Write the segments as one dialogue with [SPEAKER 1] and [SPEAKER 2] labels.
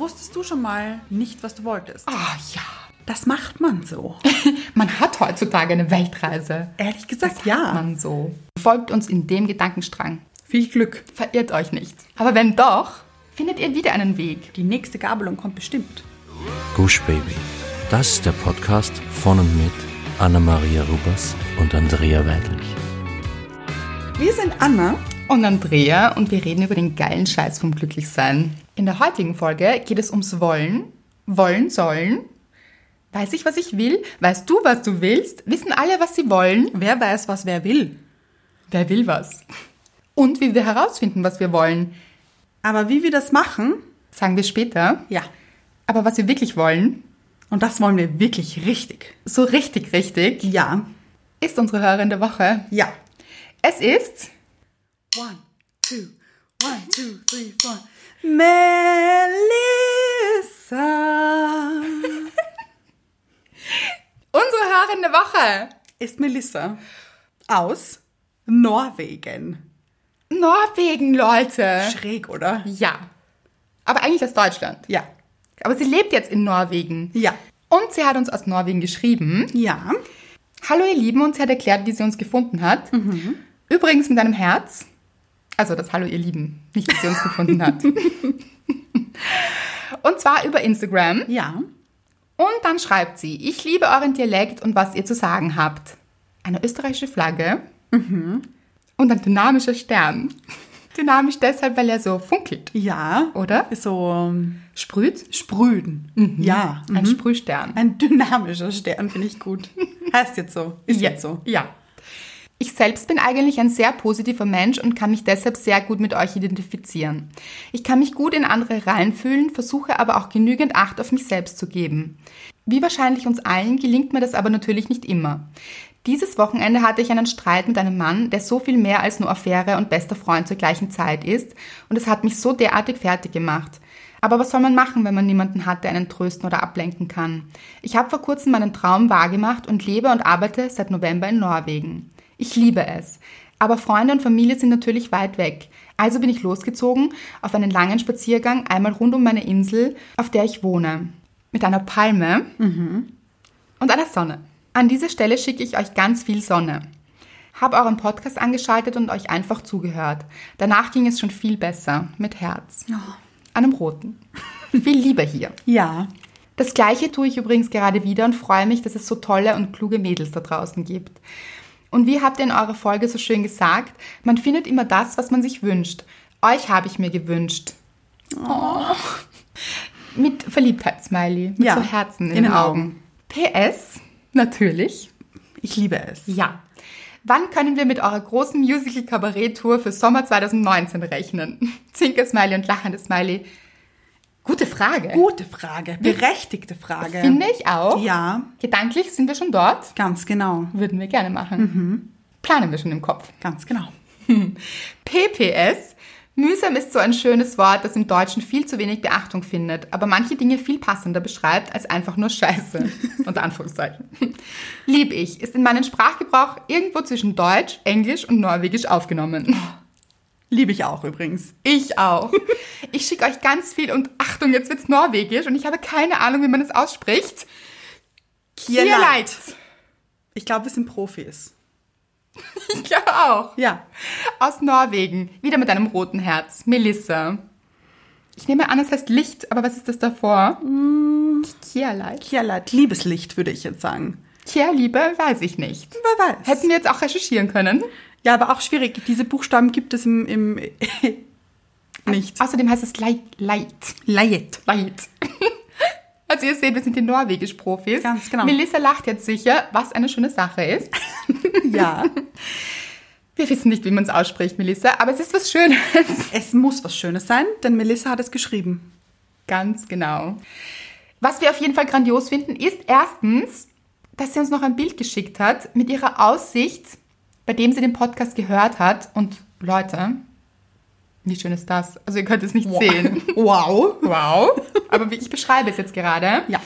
[SPEAKER 1] hattest du schon mal nicht, was du wolltest?
[SPEAKER 2] Ah ja.
[SPEAKER 1] Das macht man so.
[SPEAKER 2] Man hat heutzutage eine Weltreise.
[SPEAKER 1] Ehrlich gesagt,
[SPEAKER 2] Das
[SPEAKER 1] ja.
[SPEAKER 2] hat man so. Folgt uns in dem Gedankenstrang.
[SPEAKER 1] Viel Glück.
[SPEAKER 2] Verirrt euch nicht. Aber wenn doch, findet ihr wieder einen Weg.
[SPEAKER 1] Die nächste Gabelung kommt bestimmt.
[SPEAKER 3] Gush Baby. Das ist der Podcast von und mit Anna-Maria Rubers und Andrea Weidlich.
[SPEAKER 1] Wir sind Anna.
[SPEAKER 2] Und Andrea und wir reden über den geilen Scheiß vom Glücklichsein. In der heutigen Folge geht es ums Wollen. Wollen sollen. Weiß ich, was ich will? Weißt du, was du willst? Wissen alle, was sie wollen?
[SPEAKER 1] Wer weiß, was wer will.
[SPEAKER 2] Wer will was? Und wie wir herausfinden, was wir wollen,
[SPEAKER 1] Aber wie wir das machen,
[SPEAKER 2] sagen wir später.
[SPEAKER 1] ja.
[SPEAKER 2] Aber was wir wirklich wollen,
[SPEAKER 1] Und das wollen wir wirklich richtig.
[SPEAKER 2] so richtig, richtig,
[SPEAKER 1] Ja.
[SPEAKER 2] ist unsere Hörerin der Woche.
[SPEAKER 1] Ja.
[SPEAKER 2] Es ist
[SPEAKER 1] One, two, one, two, three, four. Melissa.
[SPEAKER 2] unsere Hörerin der Woche.
[SPEAKER 1] Ist Melissa aus Norwegen.
[SPEAKER 2] Norwegen, Leute.
[SPEAKER 1] Schräg, oder?
[SPEAKER 2] Ja. Aber eigentlich aus Deutschland.
[SPEAKER 1] Ja.
[SPEAKER 2] Aber sie lebt jetzt in Norwegen.
[SPEAKER 1] Ja.
[SPEAKER 2] Und sie hat uns aus Norwegen geschrieben.
[SPEAKER 1] Ja.
[SPEAKER 2] Hallo ihr Lieben, und sie hat erklärt, wie sie uns gefunden hat. Übrigens mit einem Herz. Also das Hallo ihr Lieben, nicht wie sie uns gefunden hat. und zwar über Instagram.
[SPEAKER 1] Ja.
[SPEAKER 2] Und dann schreibt sie, ich liebe euren Dialekt und was ihr zu sagen habt. Eine österreichische Flagge
[SPEAKER 1] Mhm.
[SPEAKER 2] und ein dynamischer Stern. Dynamisch deshalb, weil er so funkelt,
[SPEAKER 1] Ja.
[SPEAKER 2] oder?
[SPEAKER 1] So ähm,
[SPEAKER 2] Sprüht? Mhm.
[SPEAKER 1] sprühen. Ja.
[SPEAKER 2] Ein Sprühstern.
[SPEAKER 1] Ein dynamischer Stern finde ich gut. Heißt jetzt so. Ist
[SPEAKER 2] ja.
[SPEAKER 1] jetzt so.
[SPEAKER 2] Ja. Ich selbst bin eigentlich ein sehr positiver Mensch und kann mich deshalb sehr gut mit euch identifizieren. Ich kann mich gut in andere reinfühlen, versuche aber auch genügend Acht auf mich selbst zu geben. Wie wahrscheinlich uns allen gelingt mir das aber natürlich nicht immer. Dieses Wochenende hatte ich einen Streit mit einem Mann, der so viel mehr als nur Affäre und bester Freund zur gleichen Zeit ist und es hat mich so derartig fertig gemacht. Aber was soll man machen, wenn man niemanden hat, der einen trösten oder ablenken kann? Ich habe vor kurzem meinen Traum wahrgemacht und lebe und arbeite seit November in Norwegen. Ich liebe es. Aber Freunde und Familie sind natürlich weit weg. Also bin ich losgezogen auf einen langen Spaziergang einmal rund um meine Insel, auf der ich wohne. Mit einer Palme und einer Sonne. An dieser Stelle schicke ich euch ganz viel Sonne. Hab euren Podcast angeschaltet und euch einfach zugehört. Danach ging es schon viel besser. Mit Herz. An einem roten. viel Liebe hier.
[SPEAKER 1] Ja.
[SPEAKER 2] Das gleiche tue ich übrigens gerade wieder und freue mich, dass es so tolle und kluge Mädels da draußen gibt. Und wie habt ihr in eurer Folge so schön gesagt, man findet immer das, was man sich wünscht. Euch habe ich mir gewünscht. Oh. Mit Verliebtheitssmiley, mit
[SPEAKER 1] Ja,
[SPEAKER 2] so Herzen in,
[SPEAKER 1] in
[SPEAKER 2] den
[SPEAKER 1] den
[SPEAKER 2] Augen. PS, natürlich.
[SPEAKER 1] Ich liebe es.
[SPEAKER 2] Ja. Wann können wir mit eurer großen Musical-Kabarett-Tour für Sommer 2019 rechnen? Zinker-Smiley und lachendes Smiley. Gute Frage.
[SPEAKER 1] Gute Frage. Berechtigte Frage.
[SPEAKER 2] Finde ich auch.
[SPEAKER 1] Ja.
[SPEAKER 2] Gedanklich sind wir schon dort.
[SPEAKER 1] Ganz genau.
[SPEAKER 2] Würden wir gerne machen. Planen wir schon im Kopf.
[SPEAKER 1] Ganz genau.
[SPEAKER 2] PPS. Mühsam ist so ein schönes Wort, das im Deutschen viel zu wenig Beachtung findet, aber manche Dinge viel passender beschreibt als einfach nur Scheiße. Unter Anführungszeichen. Lieb ich ist in meinen Sprachgebrauch irgendwo zwischen Deutsch, Englisch und Norwegisch aufgenommen.
[SPEAKER 1] Liebe ich auch übrigens.
[SPEAKER 2] Ich auch. Ich schicke euch ganz viel und Achtung, jetzt wird's norwegisch und ich habe keine Ahnung, wie man es ausspricht. Ihr
[SPEAKER 1] leid.
[SPEAKER 2] leid.
[SPEAKER 1] Ich glaube, wir sind Profis.
[SPEAKER 2] Ich glaube auch.
[SPEAKER 1] Ja.
[SPEAKER 2] Aus Norwegen. Wieder mit einem roten Herz. Melissa. Ich nehme an, es heißt Licht, aber was ist das davor?
[SPEAKER 1] Mm.
[SPEAKER 2] Kierleit.
[SPEAKER 1] Kierleid. Liebeslicht, würde ich jetzt sagen.
[SPEAKER 2] Kierliebe, weiß ich nicht.
[SPEAKER 1] Wer weiß.
[SPEAKER 2] Hätten wir jetzt auch recherchieren können.
[SPEAKER 1] ja, aber auch schwierig. Diese Buchstaben gibt es im, im nicht.
[SPEAKER 2] Außerdem heißt es Leit. Leit.
[SPEAKER 1] Layet.
[SPEAKER 2] Leit. Also ihr seht, wir sind die Norwegisch-Profis.
[SPEAKER 1] Ganz genau.
[SPEAKER 2] Melissa lacht jetzt sicher, was eine schöne Sache ist.
[SPEAKER 1] Ja.
[SPEAKER 2] Wir wissen nicht, wie man es ausspricht, Melissa, aber es ist was Schönes.
[SPEAKER 1] es muss was Schönes sein, denn Melissa hat es geschrieben.
[SPEAKER 2] Ganz genau. Was wir auf jeden Fall grandios finden, ist erstens, dass sie uns noch ein Bild geschickt hat mit ihrer Aussicht, bei dem sie den Podcast gehört hat. Und Leute, wie schön ist das? Also ihr könnt es nicht sehen.
[SPEAKER 1] Wow.
[SPEAKER 2] Wow. Aber wie ich beschreibe es jetzt gerade.
[SPEAKER 1] Ja.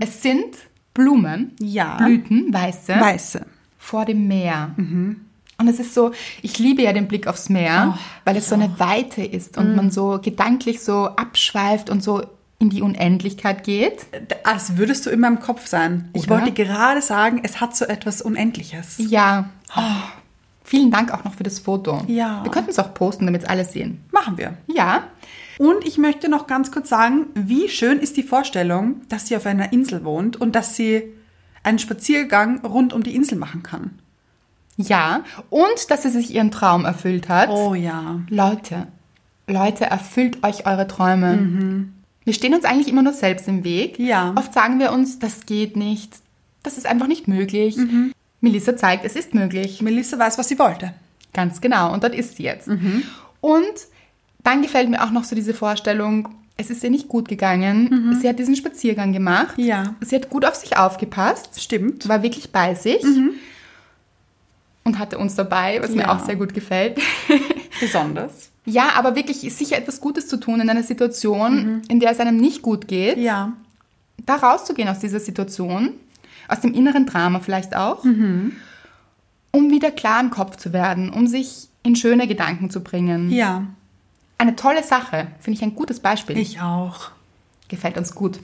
[SPEAKER 2] Es sind Blumen,
[SPEAKER 1] Ja.
[SPEAKER 2] Blüten, weiße,
[SPEAKER 1] Weiße.
[SPEAKER 2] vor dem Meer.
[SPEAKER 1] Mhm.
[SPEAKER 2] Und es ist so, ich liebe ja den Blick
[SPEAKER 1] Oh, Mhm.
[SPEAKER 2] aufs Meer, weil es so eine Weite ist und man so gedanklich so abschweift und so in die Unendlichkeit geht?
[SPEAKER 1] Als würdest du in meinem Kopf sein. Ich
[SPEAKER 2] Oder?
[SPEAKER 1] wollte gerade sagen, es hat so etwas Unendliches.
[SPEAKER 2] Ja. Oh, vielen Dank auch noch für das Foto.
[SPEAKER 1] Ja.
[SPEAKER 2] Wir könnten es auch posten, damit es alle sehen.
[SPEAKER 1] Machen wir.
[SPEAKER 2] Ja.
[SPEAKER 1] Und ich möchte noch ganz kurz sagen, wie schön ist die Vorstellung, dass sie auf einer Insel wohnt und dass sie einen Spaziergang rund um die Insel machen kann.
[SPEAKER 2] Ja. Und dass sie sich ihren Traum erfüllt hat.
[SPEAKER 1] Oh ja.
[SPEAKER 2] Leute, Leute, erfüllt euch eure Träume. Wir stehen uns eigentlich immer nur selbst im Weg.
[SPEAKER 1] Mhm. Ja.
[SPEAKER 2] Oft sagen wir uns, das geht nicht, das ist einfach nicht möglich.
[SPEAKER 1] Mhm.
[SPEAKER 2] Melissa zeigt, es ist möglich.
[SPEAKER 1] Melissa weiß, was sie wollte.
[SPEAKER 2] Ganz genau. Und dort ist sie jetzt.
[SPEAKER 1] Mhm.
[SPEAKER 2] Und dann gefällt mir auch noch so diese Vorstellung, es ist ihr nicht gut gegangen. Sie hat diesen Spaziergang gemacht.
[SPEAKER 1] Mhm. Ja.
[SPEAKER 2] Sie hat gut auf sich aufgepasst,
[SPEAKER 1] Stimmt.
[SPEAKER 2] war wirklich bei sich und hatte uns dabei, was mir
[SPEAKER 1] Mhm. Ja.
[SPEAKER 2] auch sehr gut gefällt.
[SPEAKER 1] Besonders.
[SPEAKER 2] Ja, aber wirklich sicher etwas Gutes zu tun in einer Situation, in der es einem nicht gut geht,
[SPEAKER 1] Mhm. Ja.
[SPEAKER 2] da rauszugehen aus dieser Situation, aus dem inneren Drama vielleicht auch,
[SPEAKER 1] Mhm.
[SPEAKER 2] um wieder klar im Kopf zu werden, um sich in schöne Gedanken zu bringen.
[SPEAKER 1] Ja.
[SPEAKER 2] Eine tolle Sache, finde ich ein gutes Beispiel.
[SPEAKER 1] Ich auch.
[SPEAKER 2] Gefällt uns gut.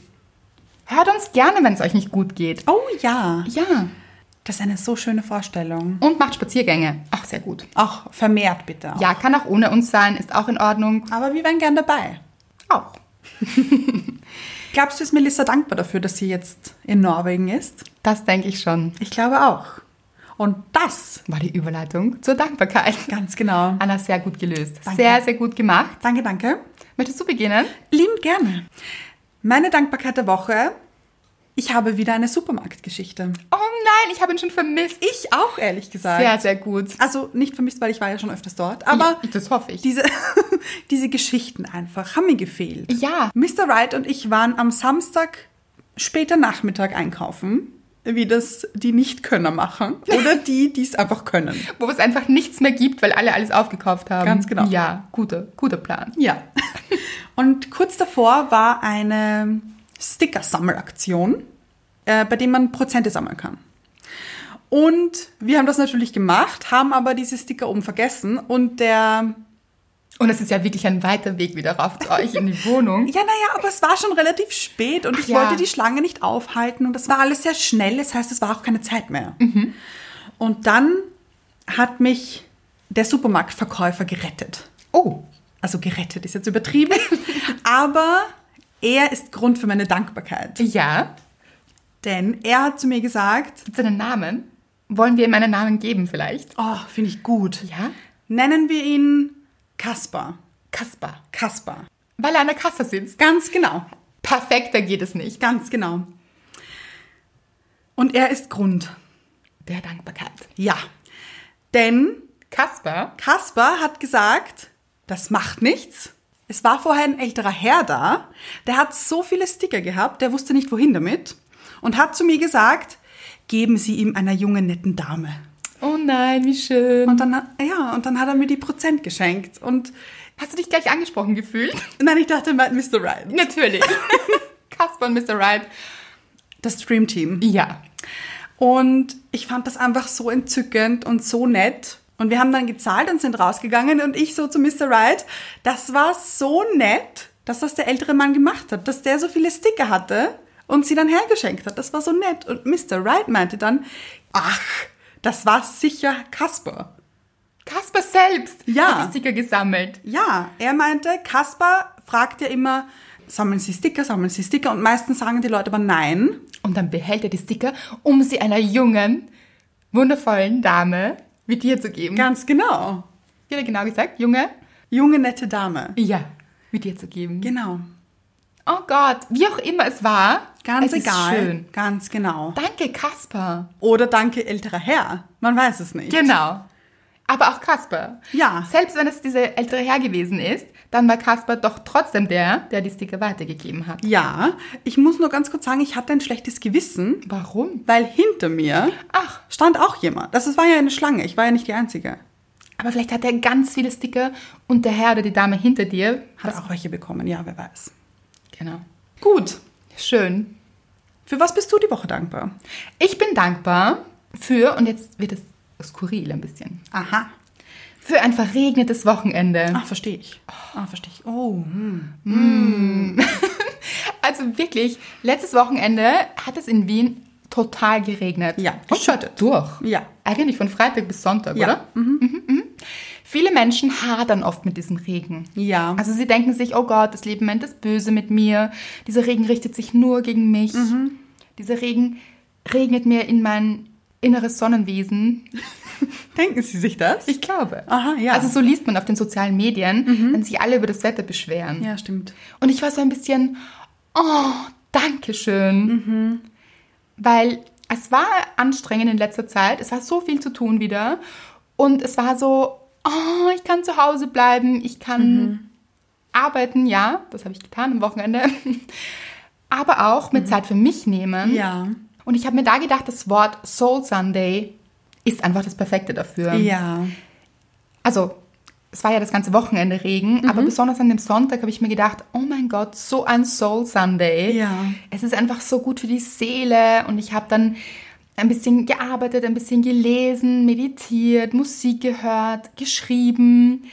[SPEAKER 2] Hört uns gerne, wenn es euch nicht gut geht.
[SPEAKER 1] Oh ja.
[SPEAKER 2] Ja,
[SPEAKER 1] Das ist eine so schöne Vorstellung.
[SPEAKER 2] und macht Spaziergänge. Auch sehr gut.
[SPEAKER 1] Auch vermehrt bitte. Auch.
[SPEAKER 2] Ja, kann auch ohne uns sein, ist auch in Ordnung.
[SPEAKER 1] Aber wir wären gern dabei.
[SPEAKER 2] Auch.
[SPEAKER 1] Glaubst du, ist Melissa dankbar dafür, dass sie jetzt in Norwegen ist?
[SPEAKER 2] Das denke ich schon.
[SPEAKER 1] Ich glaube auch. Und das,
[SPEAKER 2] War die Überleitung zur Dankbarkeit.
[SPEAKER 1] ganz genau.
[SPEAKER 2] Anna, sehr gut gelöst.
[SPEAKER 1] Danke.
[SPEAKER 2] Sehr, sehr gut gemacht.
[SPEAKER 1] Danke, danke.
[SPEAKER 2] Möchtest du beginnen?
[SPEAKER 1] Liebend gerne. Meine Dankbarkeit der Woche. Ich habe wieder eine Supermarktgeschichte.
[SPEAKER 2] Oh nein, ich habe ihn schon vermisst.
[SPEAKER 1] Ich auch, ehrlich gesagt.
[SPEAKER 2] Sehr, sehr gut.
[SPEAKER 1] Also nicht vermisst, weil ich war ja schon öfters dort, aber
[SPEAKER 2] Ja, das hoffe ich.
[SPEAKER 1] diese, diese Geschichten einfach haben mir gefehlt.
[SPEAKER 2] Ja.
[SPEAKER 1] Mr. Wright und ich waren am Samstag später Nachmittag einkaufen, wie das die Nichtkönner machen oder die, die es einfach können.
[SPEAKER 2] Wo es einfach nichts mehr gibt, weil alle alles aufgekauft haben.
[SPEAKER 1] Ganz genau.
[SPEAKER 2] Ja, guter, guter Plan.
[SPEAKER 1] Ja. Und kurz davor war eine Sticker-Sammelaktion, äh, bei dem man Prozente sammeln kann. Und wir haben das natürlich gemacht, haben aber diese Sticker oben vergessen und der
[SPEAKER 2] Und es ist ja wirklich ein weiter Weg wieder rauf zu euch in die Wohnung.
[SPEAKER 1] Ja, naja, aber es war schon relativ spät und ich
[SPEAKER 2] ja.
[SPEAKER 1] wollte die Schlange nicht aufhalten und das war alles sehr schnell. Das heißt, es war auch keine Zeit mehr.
[SPEAKER 2] Mhm.
[SPEAKER 1] Und dann hat mich der Supermarktverkäufer gerettet.
[SPEAKER 2] Oh,
[SPEAKER 1] Also gerettet ist jetzt übertrieben, aber er ist Grund für meine Dankbarkeit.
[SPEAKER 2] ja.
[SPEAKER 1] Denn er hat zu mir gesagt,
[SPEAKER 2] Gibt es einen Namen? Wollen wir ihm einen Namen geben vielleicht?
[SPEAKER 1] oh, finde ich gut.
[SPEAKER 2] Ja.
[SPEAKER 1] Nennen wir ihn Kaspar.
[SPEAKER 2] Kaspar.
[SPEAKER 1] Kaspar.
[SPEAKER 2] Weil er an der Kasse sitzt.
[SPEAKER 1] Ganz genau.
[SPEAKER 2] Perfekter geht es nicht.
[SPEAKER 1] Ganz genau. Und er ist Grund.
[SPEAKER 2] Der Dankbarkeit.
[SPEAKER 1] Ja. Denn
[SPEAKER 2] Kaspar?
[SPEAKER 1] Kasper hat gesagt, das macht nichts. Es war vorher ein älterer Herr da, der hat so viele Sticker gehabt, der wusste nicht wohin damit und hat zu mir gesagt, geben Sie ihm einer jungen netten Dame.
[SPEAKER 2] Oh nein, wie schön.
[SPEAKER 1] Und dann ja, und dann hat er mir die Prozent geschenkt und
[SPEAKER 2] Hast du dich gleich angesprochen gefühlt?
[SPEAKER 1] nein, ich dachte, er meint Mr. Ryan,
[SPEAKER 2] Natürlich. Casper und Mr. Right.
[SPEAKER 1] das Dream Team.
[SPEAKER 2] Ja.
[SPEAKER 1] Und ich fand das einfach so entzückend und so nett. Und wir haben dann gezahlt und sind rausgegangen und ich so zu Mr. Right. Das war so nett, dass das der ältere Mann gemacht hat, dass der so viele Sticker hatte und sie dann hergeschenkt hat. Das war so nett. Und Mr. Right meinte dann, ach, das war sicher Kasper.
[SPEAKER 2] Casper selbst
[SPEAKER 1] Ja.
[SPEAKER 2] hat die Sticker gesammelt.
[SPEAKER 1] Ja, er meinte, Kasper fragt ja immer, sammeln Sie Sticker, sammeln Sie Sticker. Und meistens sagen die Leute aber nein.
[SPEAKER 2] Und dann behält er die Sticker, um sie einer jungen, wundervollen Dame wie dir zu geben.
[SPEAKER 1] Ganz genau.
[SPEAKER 2] Wie hat er genau gesagt? Junge?
[SPEAKER 1] Junge, nette Dame.
[SPEAKER 2] Ja. Wie dir zu geben.
[SPEAKER 1] Genau.
[SPEAKER 2] Oh Gott. Wie auch immer es war.
[SPEAKER 1] Ganz
[SPEAKER 2] es
[SPEAKER 1] egal.
[SPEAKER 2] Ist schön.
[SPEAKER 1] Ganz genau.
[SPEAKER 2] Danke, Casper.
[SPEAKER 1] Oder danke älterer Herr. Man weiß es nicht.
[SPEAKER 2] Genau. Aber auch Casper.
[SPEAKER 1] Ja.
[SPEAKER 2] Selbst wenn es dieser ältere Herr gewesen ist, dann war Casper doch trotzdem der, der die Sticker weitergegeben hat.
[SPEAKER 1] Ja, ich muss nur ganz kurz sagen, ich hatte ein schlechtes Gewissen,
[SPEAKER 2] Warum?
[SPEAKER 1] weil hinter mir
[SPEAKER 2] Ach.
[SPEAKER 1] stand auch jemand. Das es war ja eine Schlange, ich war ja nicht die Einzige.
[SPEAKER 2] Aber vielleicht hat er ganz viele Sticker und der Herr oder die Dame hinter dir
[SPEAKER 1] Hat auch welche bekommen, ja, wer weiß.
[SPEAKER 2] Genau.
[SPEAKER 1] Gut,
[SPEAKER 2] Schön.
[SPEAKER 1] für was bist du die Woche dankbar?
[SPEAKER 2] Ich bin dankbar für, und jetzt wird es skurril ein bisschen,
[SPEAKER 1] Aha.
[SPEAKER 2] für ein verregnetes Wochenende.
[SPEAKER 1] Ah, verstehe ich. Ah, verstehe ich. Oh, hm.
[SPEAKER 2] Also wirklich, letztes Wochenende hat es in Wien total geregnet.
[SPEAKER 1] Ja,
[SPEAKER 2] und schaut durch.
[SPEAKER 1] Ja.
[SPEAKER 2] Eigentlich von Freitag bis Sonntag,
[SPEAKER 1] Ja.
[SPEAKER 2] oder? Mhm. Mhm, mhm. Viele Menschen hadern oft mit diesem Regen.
[SPEAKER 1] Ja.
[SPEAKER 2] Also sie denken sich, oh Gott, das Leben meint das Böse mit mir. Dieser Regen richtet sich nur gegen mich.
[SPEAKER 1] Mhm.
[SPEAKER 2] Dieser Regen regnet mir in mein inneres Sonnenwesen.
[SPEAKER 1] Denken Sie sich das?
[SPEAKER 2] Ich glaube.
[SPEAKER 1] Aha, ja. Mhm.
[SPEAKER 2] Also so liest man auf den sozialen Medien, wenn sich alle über das Wetter beschweren.
[SPEAKER 1] ja, stimmt.
[SPEAKER 2] Und ich war so ein bisschen, oh, danke schön. Weil es war anstrengend in letzter Zeit. Es war so viel zu tun wieder. Und es war so, oh, ich kann zu Hause bleiben. Ich kann arbeiten. Ja, das habe ich getan am Wochenende. Aber auch mit Zeit für mich nehmen.
[SPEAKER 1] Ja.
[SPEAKER 2] Und ich habe mir da gedacht, das Wort Soul Sunday ist einfach das Perfekte dafür.
[SPEAKER 1] Ja.
[SPEAKER 2] Also, es war ja das ganze Wochenende Regen,
[SPEAKER 1] Mhm.
[SPEAKER 2] aber besonders an dem Sonntag habe ich mir gedacht, oh mein Gott, so ein Soul Sunday.
[SPEAKER 1] Ja.
[SPEAKER 2] Es ist einfach so gut für die Seele und ich habe dann ein bisschen gearbeitet, ein bisschen gelesen, meditiert, Musik gehört, geschrieben,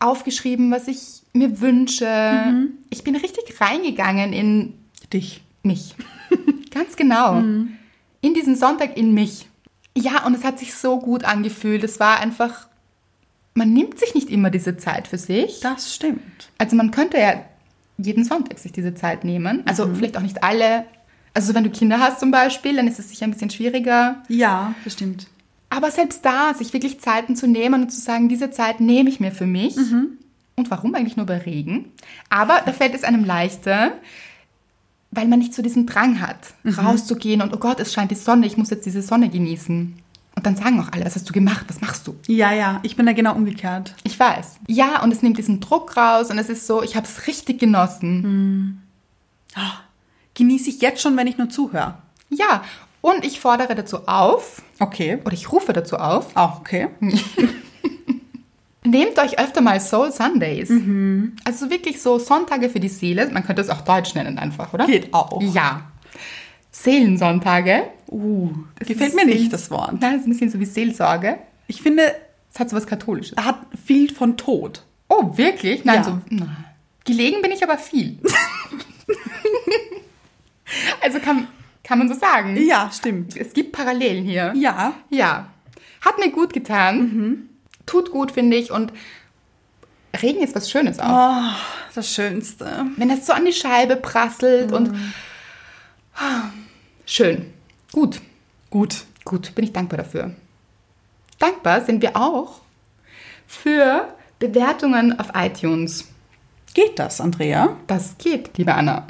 [SPEAKER 2] aufgeschrieben, was ich mir wünsche. Ich bin richtig reingegangen in
[SPEAKER 1] Mhm. Dich.
[SPEAKER 2] mich. Ganz genau. In diesen Sonntag in mich. Ja, und es hat sich so gut angefühlt. Es war einfach, man nimmt sich nicht immer diese Zeit für sich.
[SPEAKER 1] Das stimmt.
[SPEAKER 2] Also man könnte ja jeden Sonntag sich diese Zeit nehmen. Also vielleicht auch nicht alle. Also wenn du Kinder hast zum Beispiel, dann ist es sicher ein bisschen schwieriger.
[SPEAKER 1] Ja, das stimmt.
[SPEAKER 2] Aber selbst da, sich wirklich Zeiten zu nehmen und zu sagen, diese Zeit nehme ich mir für mich. Und warum eigentlich nur bei Regen? Aber da fällt es einem leichter, weil man nicht so diesen Drang hat, rauszugehen und oh Gott, es scheint die Sonne, ich muss jetzt diese Sonne genießen. Und dann sagen auch alle, was hast du gemacht, was machst du?
[SPEAKER 1] Ja, ja, ich bin da genau umgekehrt.
[SPEAKER 2] Ich weiß. Ja, und es nimmt diesen Druck raus und es ist so, ich habe es richtig genossen.
[SPEAKER 1] Genieße ich jetzt schon, wenn ich nur zuhöre.
[SPEAKER 2] Ja, und ich fordere dazu auf,
[SPEAKER 1] Okay.
[SPEAKER 2] oder ich rufe dazu auf,
[SPEAKER 1] Auch Ah, okay.
[SPEAKER 2] Nehmt euch öfter mal Soul Sundays.
[SPEAKER 1] Mhm.
[SPEAKER 2] Also wirklich so Sonntage für die Seele. Man könnte es auch Deutsch nennen einfach, oder?
[SPEAKER 1] Geht auch.
[SPEAKER 2] Ja. Seelensonntage.
[SPEAKER 1] Uh,
[SPEAKER 2] Das
[SPEAKER 1] gefällt
[SPEAKER 2] ist
[SPEAKER 1] mir nicht,
[SPEAKER 2] Seels-
[SPEAKER 1] das Wort.
[SPEAKER 2] Nein, das ist ein bisschen so wie Seelsorge.
[SPEAKER 1] Ich finde,
[SPEAKER 2] Es hat so was Katholisches.
[SPEAKER 1] hat viel von Tod.
[SPEAKER 2] Oh, wirklich? Nein,
[SPEAKER 1] Ja.
[SPEAKER 2] so. Na. Gelegen bin ich aber viel. also kann, kann man so sagen.
[SPEAKER 1] Ja, stimmt.
[SPEAKER 2] Es gibt Parallelen hier.
[SPEAKER 1] Ja.
[SPEAKER 2] Ja, hat mir gut getan.
[SPEAKER 1] Mhm.
[SPEAKER 2] Tut gut, finde ich. Und Regen ist was Schönes auch.
[SPEAKER 1] Oh, das Schönste.
[SPEAKER 2] Wenn das so an die Scheibe prasselt und schön. Gut,
[SPEAKER 1] Gut.
[SPEAKER 2] gut, bin ich dankbar dafür. Dankbar sind wir auch für Bewertungen auf iTunes.
[SPEAKER 1] Geht das, Andrea?
[SPEAKER 2] Das geht, liebe Anna.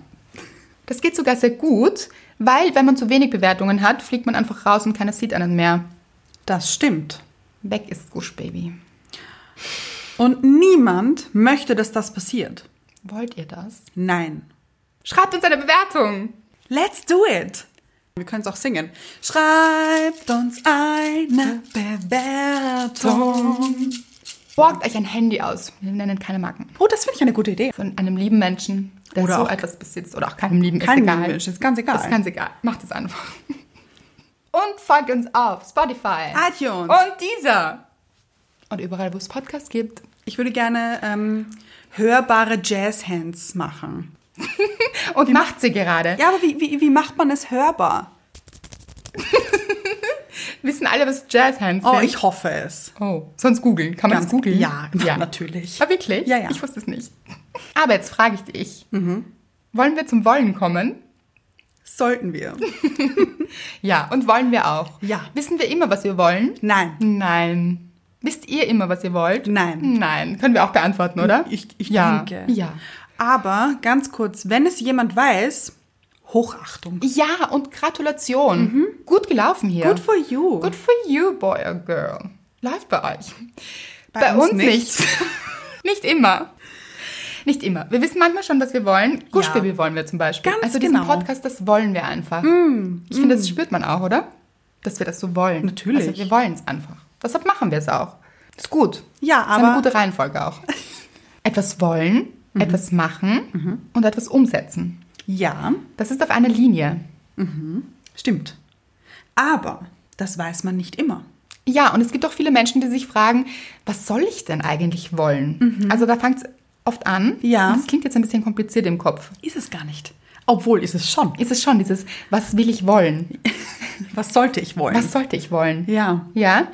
[SPEAKER 2] Das geht sogar sehr gut, weil wenn man zu wenig Bewertungen hat, fliegt man einfach raus und keiner sieht einen mehr.
[SPEAKER 1] Das stimmt.
[SPEAKER 2] Weg ist Gusch, Baby.
[SPEAKER 1] Und niemand möchte, dass das passiert.
[SPEAKER 2] Wollt ihr das?
[SPEAKER 1] Nein.
[SPEAKER 2] Schreibt uns eine Bewertung.
[SPEAKER 1] Let's do it. Wir können es auch singen. Schreibt uns eine Bewertung.
[SPEAKER 2] Borgt euch ein Handy aus. Wir nennen keine Marken.
[SPEAKER 1] Oh, das finde ich eine gute Idee.
[SPEAKER 2] Von einem lieben Menschen, der
[SPEAKER 1] Oder
[SPEAKER 2] so
[SPEAKER 1] auch-
[SPEAKER 2] etwas besitzt. Oder auch keinem lieben
[SPEAKER 1] Kein
[SPEAKER 2] ist egal.
[SPEAKER 1] Mensch, ist ganz egal.
[SPEAKER 2] Ist ganz egal. Macht es einfach. Und folgt uns auf Spotify.
[SPEAKER 1] iTunes.
[SPEAKER 2] Und dieser. Und überall, wo es Podcasts gibt.
[SPEAKER 1] Ich würde gerne ähm, hörbare Jazzhands machen.
[SPEAKER 2] Und macht sie gerade.
[SPEAKER 1] Ja, aber wie, wie, wie macht man es hörbar?
[SPEAKER 2] Wissen alle, was Jazzhands
[SPEAKER 1] Oh,
[SPEAKER 2] sind?
[SPEAKER 1] ich hoffe es.
[SPEAKER 2] Oh, sonst googeln. Kann man
[SPEAKER 1] Ganz-
[SPEAKER 2] das googeln?
[SPEAKER 1] ja, natürlich.
[SPEAKER 2] Ah, wirklich?
[SPEAKER 1] Ja, Mhm. ja.
[SPEAKER 2] Ich wusste es nicht. Aber jetzt frage ich dich. Wollen wir zum Wollen kommen?
[SPEAKER 1] Sollten wir.
[SPEAKER 2] Ja, und wollen wir auch.
[SPEAKER 1] Ja.
[SPEAKER 2] Wissen wir immer, was wir wollen?
[SPEAKER 1] Nein.
[SPEAKER 2] Nein. Wisst ihr immer, was ihr wollt?
[SPEAKER 1] Nein.
[SPEAKER 2] Nein. Können wir auch beantworten, oder?
[SPEAKER 1] Ich, ich
[SPEAKER 2] ja.
[SPEAKER 1] denke.
[SPEAKER 2] Ja.
[SPEAKER 1] Aber ganz kurz, wenn es jemand weiß, Hochachtung.
[SPEAKER 2] Ja, und Gratulation.
[SPEAKER 1] Mhm.
[SPEAKER 2] Gut gelaufen hier.
[SPEAKER 1] Good for you.
[SPEAKER 2] Good for you, boy or girl. Läuft bei euch.
[SPEAKER 1] Bei uns nicht.
[SPEAKER 2] nicht immer. Nicht immer. Wir wissen manchmal schon, was wir wollen. Guschbaby
[SPEAKER 1] Ja.
[SPEAKER 2] wollen wir zum Beispiel.
[SPEAKER 1] Ganz
[SPEAKER 2] also diesen
[SPEAKER 1] genau. Mm.
[SPEAKER 2] Podcast, das wollen wir einfach. Ich finde, das spürt man auch, oder? Dass wir das so wollen.
[SPEAKER 1] Natürlich.
[SPEAKER 2] Also wir wollen es einfach. Deshalb machen wir es auch. Ist gut.
[SPEAKER 1] Ja,
[SPEAKER 2] ist eine
[SPEAKER 1] aber- Mhm.
[SPEAKER 2] gute Reihenfolge auch. etwas wollen, etwas machen und etwas umsetzen.
[SPEAKER 1] Ja,
[SPEAKER 2] Das ist auf einer Linie.
[SPEAKER 1] stimmt. Aber das weiß man nicht immer.
[SPEAKER 2] Ja, und es gibt auch viele Menschen, die sich fragen, was soll ich denn eigentlich wollen? Also da fängt es oft an.
[SPEAKER 1] Mhm. Ja.
[SPEAKER 2] Und Das klingt jetzt ein bisschen kompliziert im Kopf.
[SPEAKER 1] Ist es gar nicht. Obwohl ist es schon.
[SPEAKER 2] Ist es schon dieses, was will ich wollen?
[SPEAKER 1] Was sollte ich wollen?
[SPEAKER 2] Was sollte ich wollen?
[SPEAKER 1] Ja.
[SPEAKER 2] Ja.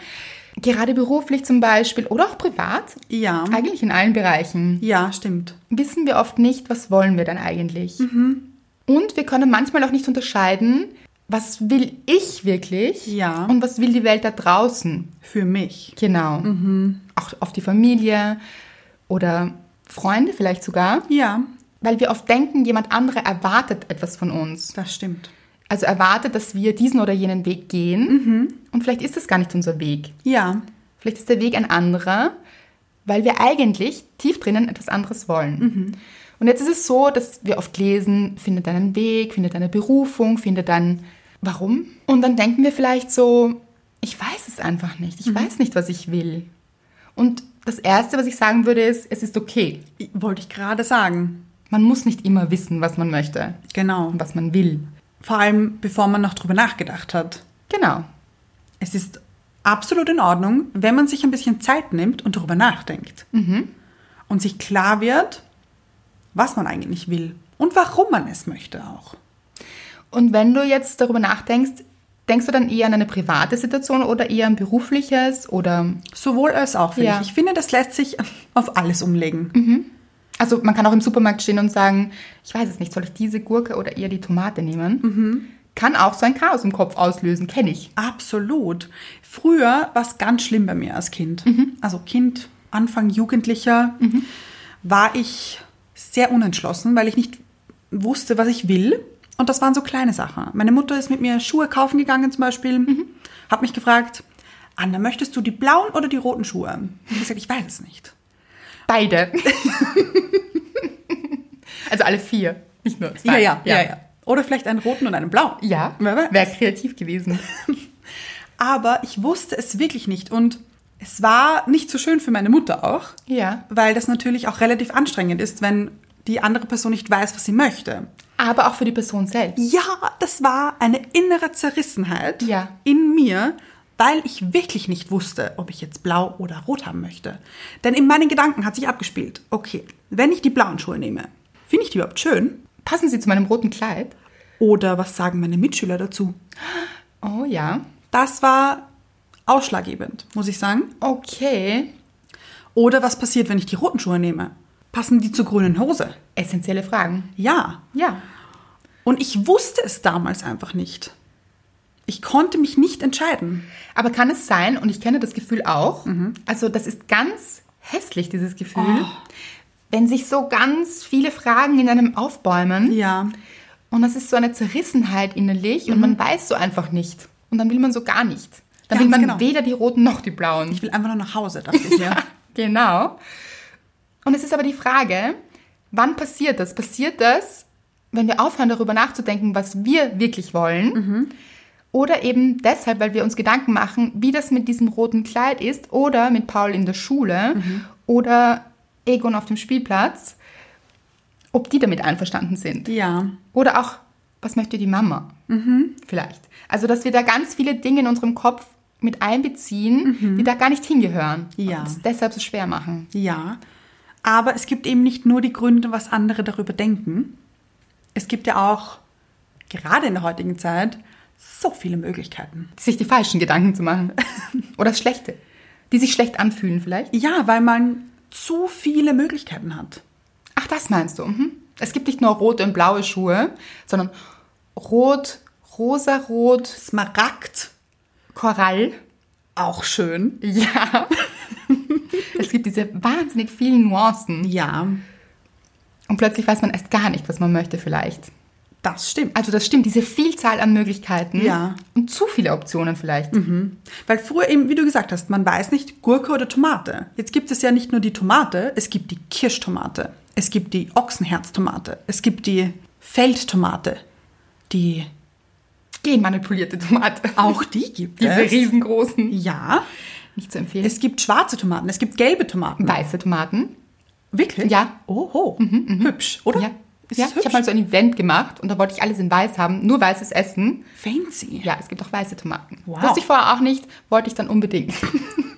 [SPEAKER 2] Gerade beruflich zum Beispiel oder auch privat.
[SPEAKER 1] Ja.
[SPEAKER 2] Eigentlich in allen Bereichen.
[SPEAKER 1] Ja, stimmt.
[SPEAKER 2] Wissen wir oft nicht, was wollen wir dann eigentlich.
[SPEAKER 1] Mhm.
[SPEAKER 2] Und wir können manchmal auch nicht unterscheiden, was will ich wirklich
[SPEAKER 1] Ja.
[SPEAKER 2] und was will die Welt da draußen.
[SPEAKER 1] Für mich.
[SPEAKER 2] Genau. Auch auf die Familie oder Freunde vielleicht sogar.
[SPEAKER 1] Ja,
[SPEAKER 2] Weil wir oft denken, jemand andere erwartet etwas von uns.
[SPEAKER 1] das stimmt.
[SPEAKER 2] Also erwartet, dass wir diesen oder jenen Weg gehen. Und vielleicht ist das gar nicht unser Weg.
[SPEAKER 1] Ja,
[SPEAKER 2] Vielleicht ist der Weg ein anderer, weil wir eigentlich tief drinnen etwas anderes wollen. Und jetzt ist es so, dass wir oft lesen, finde deinen Weg, finde deine Berufung, finde dein Warum. Und dann denken wir vielleicht so, ich weiß es einfach nicht, ich weiß nicht, was ich will. Und das Erste, was ich sagen würde, ist, es ist okay.
[SPEAKER 1] i- wollte ich gerade sagen.
[SPEAKER 2] Man muss nicht immer wissen, was man möchte
[SPEAKER 1] Genau.
[SPEAKER 2] und was man will.
[SPEAKER 1] Vor allem, bevor man noch drüber nachgedacht hat.
[SPEAKER 2] Genau,
[SPEAKER 1] Es ist absolut in Ordnung, wenn man sich ein bisschen Zeit nimmt und darüber nachdenkt. Und sich klar wird, was man eigentlich will und warum man es möchte auch.
[SPEAKER 2] Und wenn du jetzt darüber nachdenkst, denkst du dann eher an eine private Situation oder eher an berufliches oder
[SPEAKER 1] Sowohl als auch, finde
[SPEAKER 2] Ja.
[SPEAKER 1] ich. Ich finde, das lässt sich auf alles umlegen.
[SPEAKER 2] also man kann auch im Supermarkt stehen und sagen, ich weiß es nicht, soll ich diese Gurke oder eher die Tomate nehmen?
[SPEAKER 1] Mhm.
[SPEAKER 2] Kann auch so ein Chaos im Kopf auslösen, kenne ich.
[SPEAKER 1] Absolut. Früher war es ganz schlimm bei mir als Kind. Also Kind, Anfang Jugendlicher war ich sehr unentschlossen, weil ich nicht wusste, was ich will. Und das waren so kleine Sachen. Meine Mutter ist mit mir Schuhe kaufen gegangen zum Beispiel, hat mich gefragt, Anna, möchtest du die blauen oder die roten Schuhe? Und ich habe gesagt, ich weiß es nicht.
[SPEAKER 2] Beide. also alle vier, nicht nur zwei.
[SPEAKER 1] Ja ja, ja, ja. Oder vielleicht einen roten und einen blauen.
[SPEAKER 2] Ja,
[SPEAKER 1] Wer weiß.
[SPEAKER 2] wäre kreativ gewesen.
[SPEAKER 1] Aber ich wusste es wirklich nicht und es war nicht so schön für meine Mutter auch.
[SPEAKER 2] Ja.
[SPEAKER 1] Weil das natürlich auch relativ anstrengend ist, wenn die andere Person nicht weiß, was sie möchte.
[SPEAKER 2] Aber auch für die Person selbst.
[SPEAKER 1] Ja, das war eine innere Zerrissenheit
[SPEAKER 2] Ja.
[SPEAKER 1] in mir, weil ich wirklich nicht wusste, ob ich jetzt blau oder rot haben möchte. Denn in meinen Gedanken hat sich abgespielt, okay, wenn ich die blauen Schuhe nehme, finde ich die überhaupt schön?
[SPEAKER 2] Passen sie zu meinem roten Kleid?
[SPEAKER 1] Oder was sagen meine Mitschüler dazu?
[SPEAKER 2] Oh ja.
[SPEAKER 1] Das war ausschlaggebend, muss ich sagen.
[SPEAKER 2] Okay.
[SPEAKER 1] Oder was passiert, wenn ich die roten Schuhe nehme? Passen die zur grünen Hose?
[SPEAKER 2] Essentielle Fragen.
[SPEAKER 1] Ja.
[SPEAKER 2] Ja.
[SPEAKER 1] Und ich wusste es damals einfach nicht. Ich konnte mich nicht entscheiden.
[SPEAKER 2] Aber kann es sein, und ich kenne das Gefühl auch,
[SPEAKER 1] Mhm.
[SPEAKER 2] also das ist ganz hässlich, dieses Gefühl,
[SPEAKER 1] Oh.
[SPEAKER 2] wenn sich so ganz viele Fragen in einem aufbäumen
[SPEAKER 1] Ja. Mhm.
[SPEAKER 2] und das ist so eine Zerrissenheit innerlich und man weiß so einfach nicht. Und dann will man so gar nicht. Dann will
[SPEAKER 1] Ganz
[SPEAKER 2] man
[SPEAKER 1] genau.
[SPEAKER 2] weder die roten noch die blauen.
[SPEAKER 1] Ich will einfach nur nach Hause, dachte ich mir.
[SPEAKER 2] Genau. Und es ist aber die Frage, wann passiert das? Passiert das, wenn wir aufhören, darüber nachzudenken, was wir wirklich wollen? Oder eben deshalb, weil wir uns Gedanken machen, wie das mit diesem roten Kleid ist oder mit Paul in der Schule oder Egon auf dem Spielplatz, ob die damit einverstanden sind.
[SPEAKER 1] ja.
[SPEAKER 2] Oder auch, was möchte die Mama? Vielleicht. Also, dass wir da ganz viele Dinge in unserem Kopf mit einbeziehen, die da gar nicht hingehören.
[SPEAKER 1] Ja.
[SPEAKER 2] Und es deshalb so schwer machen.
[SPEAKER 1] Ja. Aber es gibt eben nicht nur die Gründe, was andere darüber denken. Es gibt ja auch, gerade in der heutigen Zeit, so viele Möglichkeiten.
[SPEAKER 2] Sich die falschen Gedanken zu machen. Oder schlechte. Die sich schlecht anfühlen vielleicht.
[SPEAKER 1] Ja, weil man zu viele Möglichkeiten hat.
[SPEAKER 2] Ach, das meinst du. Mhm. Es gibt nicht nur rote und blaue Schuhe, sondern rot, rosarot,
[SPEAKER 1] Smaragd,
[SPEAKER 2] Korall.
[SPEAKER 1] auch schön.
[SPEAKER 2] Ja. es gibt diese wahnsinnig vielen Nuancen.
[SPEAKER 1] Ja,
[SPEAKER 2] Und plötzlich weiß man erst gar nicht, was man möchte vielleicht.
[SPEAKER 1] das stimmt.
[SPEAKER 2] Also das stimmt, diese Vielzahl an Möglichkeiten
[SPEAKER 1] Ja. Mhm.
[SPEAKER 2] und zu viele Optionen vielleicht.
[SPEAKER 1] Weil früher eben, wie du gesagt hast, man weiß nicht, Gurke oder Tomate. Jetzt gibt es ja nicht nur die Tomate, es gibt die Kirschtomate, es gibt die Ochsenherztomate, es gibt die Feldtomate, die
[SPEAKER 2] Genmanipulierte Tomate.
[SPEAKER 1] auch die gibt
[SPEAKER 2] Diese
[SPEAKER 1] es.
[SPEAKER 2] riesengroßen.
[SPEAKER 1] Ja,
[SPEAKER 2] Nicht zu empfehlen.
[SPEAKER 1] es gibt schwarze Tomaten, es gibt gelbe Tomaten.
[SPEAKER 2] weiße Tomaten.
[SPEAKER 1] Wirklich?
[SPEAKER 2] Ja. Mhm,
[SPEAKER 1] Oho, hübsch, oder?
[SPEAKER 2] Ja.
[SPEAKER 1] Ah, Ist
[SPEAKER 2] ja.
[SPEAKER 1] es
[SPEAKER 2] Ich
[SPEAKER 1] hübsch?
[SPEAKER 2] habe mal so ein Event gemacht und da wollte ich alles in weiß haben, nur weißes Essen.
[SPEAKER 1] Fancy.
[SPEAKER 2] Ja, es gibt auch weiße Tomaten.
[SPEAKER 1] Wow.
[SPEAKER 2] Wusste ich vorher auch nicht, wollte ich dann unbedingt.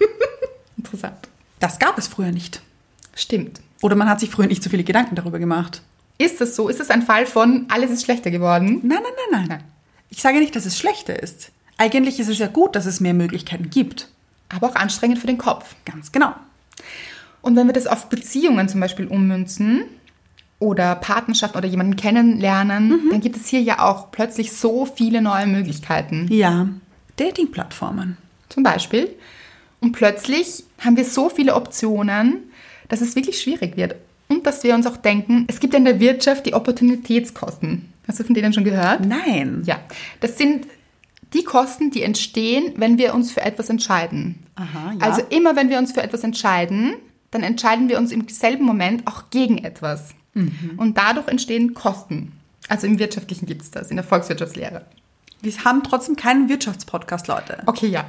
[SPEAKER 2] Interessant.
[SPEAKER 1] Das gab es früher nicht.
[SPEAKER 2] Stimmt.
[SPEAKER 1] Oder man hat sich früher nicht so viele Gedanken darüber gemacht.
[SPEAKER 2] Ist das so? Ist das ein Fall von, alles ist schlechter geworden?
[SPEAKER 1] Nein, nein, nein, nein. Ich sage nicht, dass es schlechter ist. Eigentlich ist es ja gut, dass es mehr Möglichkeiten gibt.
[SPEAKER 2] Aber auch anstrengend für den Kopf.
[SPEAKER 1] Ganz genau.
[SPEAKER 2] Und wenn wir das auf Beziehungen zum Beispiel ummünzen oder Partnerschaften oder jemanden kennenlernen, dann gibt es hier ja auch plötzlich so viele neue Möglichkeiten.
[SPEAKER 1] Ja, Dating-Plattformen.
[SPEAKER 2] Zum Beispiel. Und plötzlich haben wir so viele Optionen, dass es wirklich schwierig wird. Und dass wir uns auch denken, es gibt ja in der Wirtschaft die Opportunitätskosten. Hast du von denen schon gehört?
[SPEAKER 1] Nein.
[SPEAKER 2] Ja. Das sind die Kosten, die entstehen, wenn wir uns für etwas entscheiden.
[SPEAKER 1] Aha, ja.
[SPEAKER 2] Also immer wenn wir uns für etwas entscheiden, dann entscheiden wir uns im selben Moment auch gegen etwas.
[SPEAKER 1] Mhm.
[SPEAKER 2] Und dadurch entstehen Kosten. Also im Wirtschaftlichen gibt es das, in der Volkswirtschaftslehre.
[SPEAKER 1] Wir haben trotzdem keinen Wirtschaftspodcast, Leute.
[SPEAKER 2] Okay, ja.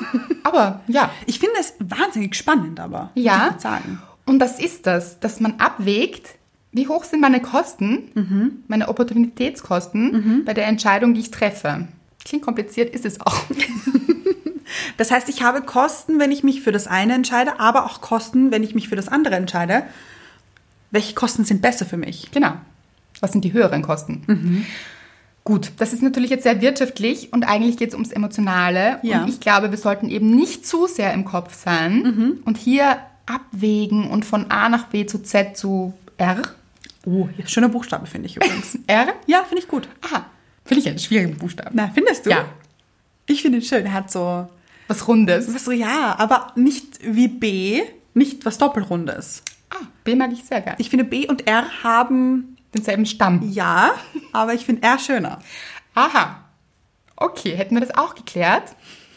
[SPEAKER 2] Aber ja.
[SPEAKER 1] Ich finde es wahnsinnig spannend, aber. muss ich
[SPEAKER 2] Ja.
[SPEAKER 1] jetzt sagen.
[SPEAKER 2] Und das ist das, dass man abwägt, wie hoch sind meine Kosten,
[SPEAKER 1] Mhm.
[SPEAKER 2] meine Opportunitätskosten bei der Entscheidung, die ich treffe. Klingt kompliziert, ist es auch.
[SPEAKER 1] Das heißt, ich habe Kosten, wenn ich mich für das eine entscheide, aber auch Kosten, wenn ich mich für das andere entscheide. Welche Kosten sind besser für mich?
[SPEAKER 2] genau. Was sind die höheren Kosten?
[SPEAKER 1] Mhm.
[SPEAKER 2] Gut, das ist natürlich jetzt sehr wirtschaftlich und eigentlich geht es ums Emotionale.
[SPEAKER 1] Ja.
[SPEAKER 2] Und ich glaube, wir sollten eben nicht zu sehr im Kopf sein
[SPEAKER 1] Mhm.
[SPEAKER 2] und hier abwägen und von A nach B zu Z zu R.
[SPEAKER 1] Oh, ja, schöner Buchstabe, finde ich übrigens.
[SPEAKER 2] R?
[SPEAKER 1] ja, finde ich gut.
[SPEAKER 2] Aha, finde ich einen schwierigen Buchstaben.
[SPEAKER 1] Na, findest du?
[SPEAKER 2] Ja.
[SPEAKER 1] Ich finde ihn schön. Er hat so,
[SPEAKER 2] Was Rundes.
[SPEAKER 1] was so, ja, aber nicht wie B, nicht was Doppelrundes.
[SPEAKER 2] Ah, B mag ich sehr gerne.
[SPEAKER 1] Ich finde, B und R haben
[SPEAKER 2] Denselben Stamm.
[SPEAKER 1] ja, aber ich finde R schöner.
[SPEAKER 2] Aha. Okay, hätten wir das auch geklärt?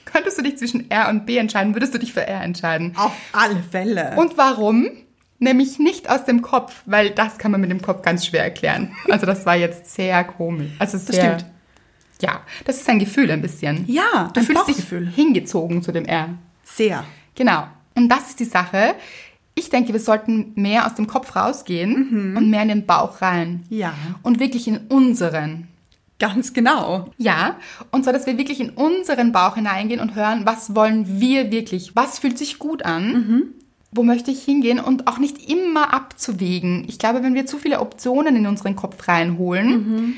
[SPEAKER 2] Könntest du dich zwischen R und B entscheiden? Würdest du dich für R entscheiden?
[SPEAKER 1] Auf alle Fälle.
[SPEAKER 2] Und warum? Nämlich nicht aus dem Kopf, weil das kann man mit dem Kopf ganz schwer erklären. Also das war jetzt sehr komisch. Also sehr,
[SPEAKER 1] stimmt.
[SPEAKER 2] Ja, das ist ein Gefühl ein bisschen.
[SPEAKER 1] Ja,
[SPEAKER 2] du
[SPEAKER 1] ein
[SPEAKER 2] fühlst dich
[SPEAKER 1] Bauchgefühl.
[SPEAKER 2] hingezogen zu dem R.
[SPEAKER 1] sehr.
[SPEAKER 2] Genau. Und das ist die Sache. Ich denke, wir sollten mehr aus dem Kopf rausgehen und mehr in den Bauch rein.
[SPEAKER 1] Mhm. Ja.
[SPEAKER 2] Und wirklich in unseren.
[SPEAKER 1] Ganz genau.
[SPEAKER 2] Ja, und zwar, dass wir wirklich in unseren Bauch hineingehen und hören, was wollen wir wirklich? Was fühlt sich gut an?
[SPEAKER 1] Mhm.
[SPEAKER 2] Wo möchte ich hingehen? Und auch nicht immer abzuwägen. Ich glaube, wenn wir zu viele Optionen in unseren Kopf reinholen,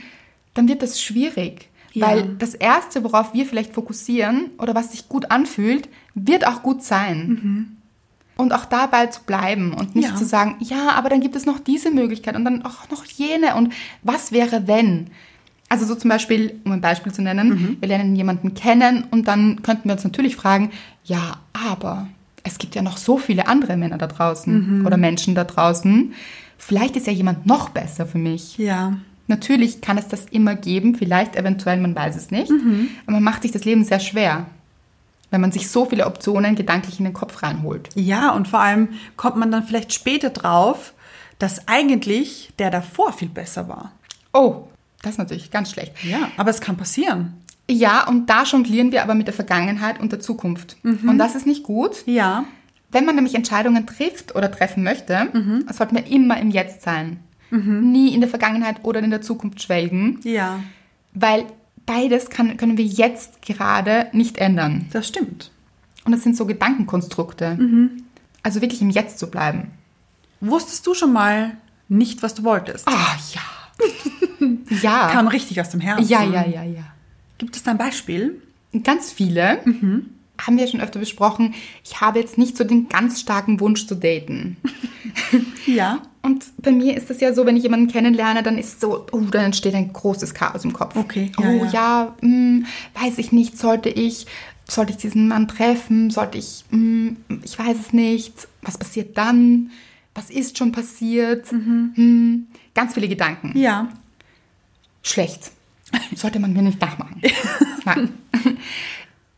[SPEAKER 2] dann wird das schwierig.
[SPEAKER 1] Mhm. Ja.
[SPEAKER 2] Weil das Erste, worauf wir vielleicht fokussieren oder was sich gut anfühlt, wird auch gut sein. Und auch dabei zu bleiben und nicht
[SPEAKER 1] Mhm. Ja.
[SPEAKER 2] zu sagen, ja, aber dann gibt es noch diese Möglichkeit und dann auch noch jene und was wäre wenn? Also so zum Beispiel, um ein Beispiel zu nennen, wir lernen jemanden kennen und dann könnten wir uns natürlich fragen, ja, aber es gibt ja noch so viele andere Männer da draußen oder Menschen da draußen. Vielleicht ist ja jemand noch besser für mich.
[SPEAKER 1] Ja.
[SPEAKER 2] Natürlich kann es das immer geben, vielleicht eventuell, man weiß es nicht. Aber man macht sich das Leben sehr schwer, wenn man sich so viele Optionen gedanklich in den Kopf reinholt.
[SPEAKER 1] Ja, und vor allem kommt man dann vielleicht später drauf, dass eigentlich der davor viel besser war.
[SPEAKER 2] Oh, das ist natürlich ganz schlecht.
[SPEAKER 1] Ja, aber es kann passieren.
[SPEAKER 2] Ja, und da jonglieren wir aber mit der Vergangenheit und der Zukunft. Und das ist nicht gut.
[SPEAKER 1] Ja.
[SPEAKER 2] Wenn man nämlich Entscheidungen trifft oder treffen möchte, sollte man immer im Jetzt sein. Nie in der Vergangenheit oder in der Zukunft schwelgen,
[SPEAKER 1] Ja,
[SPEAKER 2] weil beides kann, können wir jetzt gerade nicht ändern.
[SPEAKER 1] das stimmt.
[SPEAKER 2] Und das sind so Gedankenkonstrukte. Also wirklich im Jetzt zu bleiben.
[SPEAKER 1] Wusstest du schon mal nicht, was du wolltest?
[SPEAKER 2] Ah, ja. ja.
[SPEAKER 1] Kam richtig aus dem Herzen.
[SPEAKER 2] ja, ja, ja, ja.
[SPEAKER 1] Gibt es da ein Beispiel?
[SPEAKER 2] ganz viele, haben wir schon öfter besprochen, ich habe jetzt nicht so den ganz starken Wunsch zu daten.
[SPEAKER 1] Ja.
[SPEAKER 2] Und bei mir ist das ja so, wenn ich jemanden kennenlerne, dann ist so, oh, dann entsteht ein großes Chaos im Kopf.
[SPEAKER 1] Okay, ja,
[SPEAKER 2] Ja, oh
[SPEAKER 1] ja.
[SPEAKER 2] ja, hm, weiß ich nicht, sollte ich, sollte ich diesen Mann treffen, sollte ich, hm, ich weiß es nicht, was passiert dann, was ist schon passiert,
[SPEAKER 1] Mhm.
[SPEAKER 2] hm, ganz viele Gedanken
[SPEAKER 1] Ja.
[SPEAKER 2] schlecht. Sollte man mir nicht nachmachen. Nein.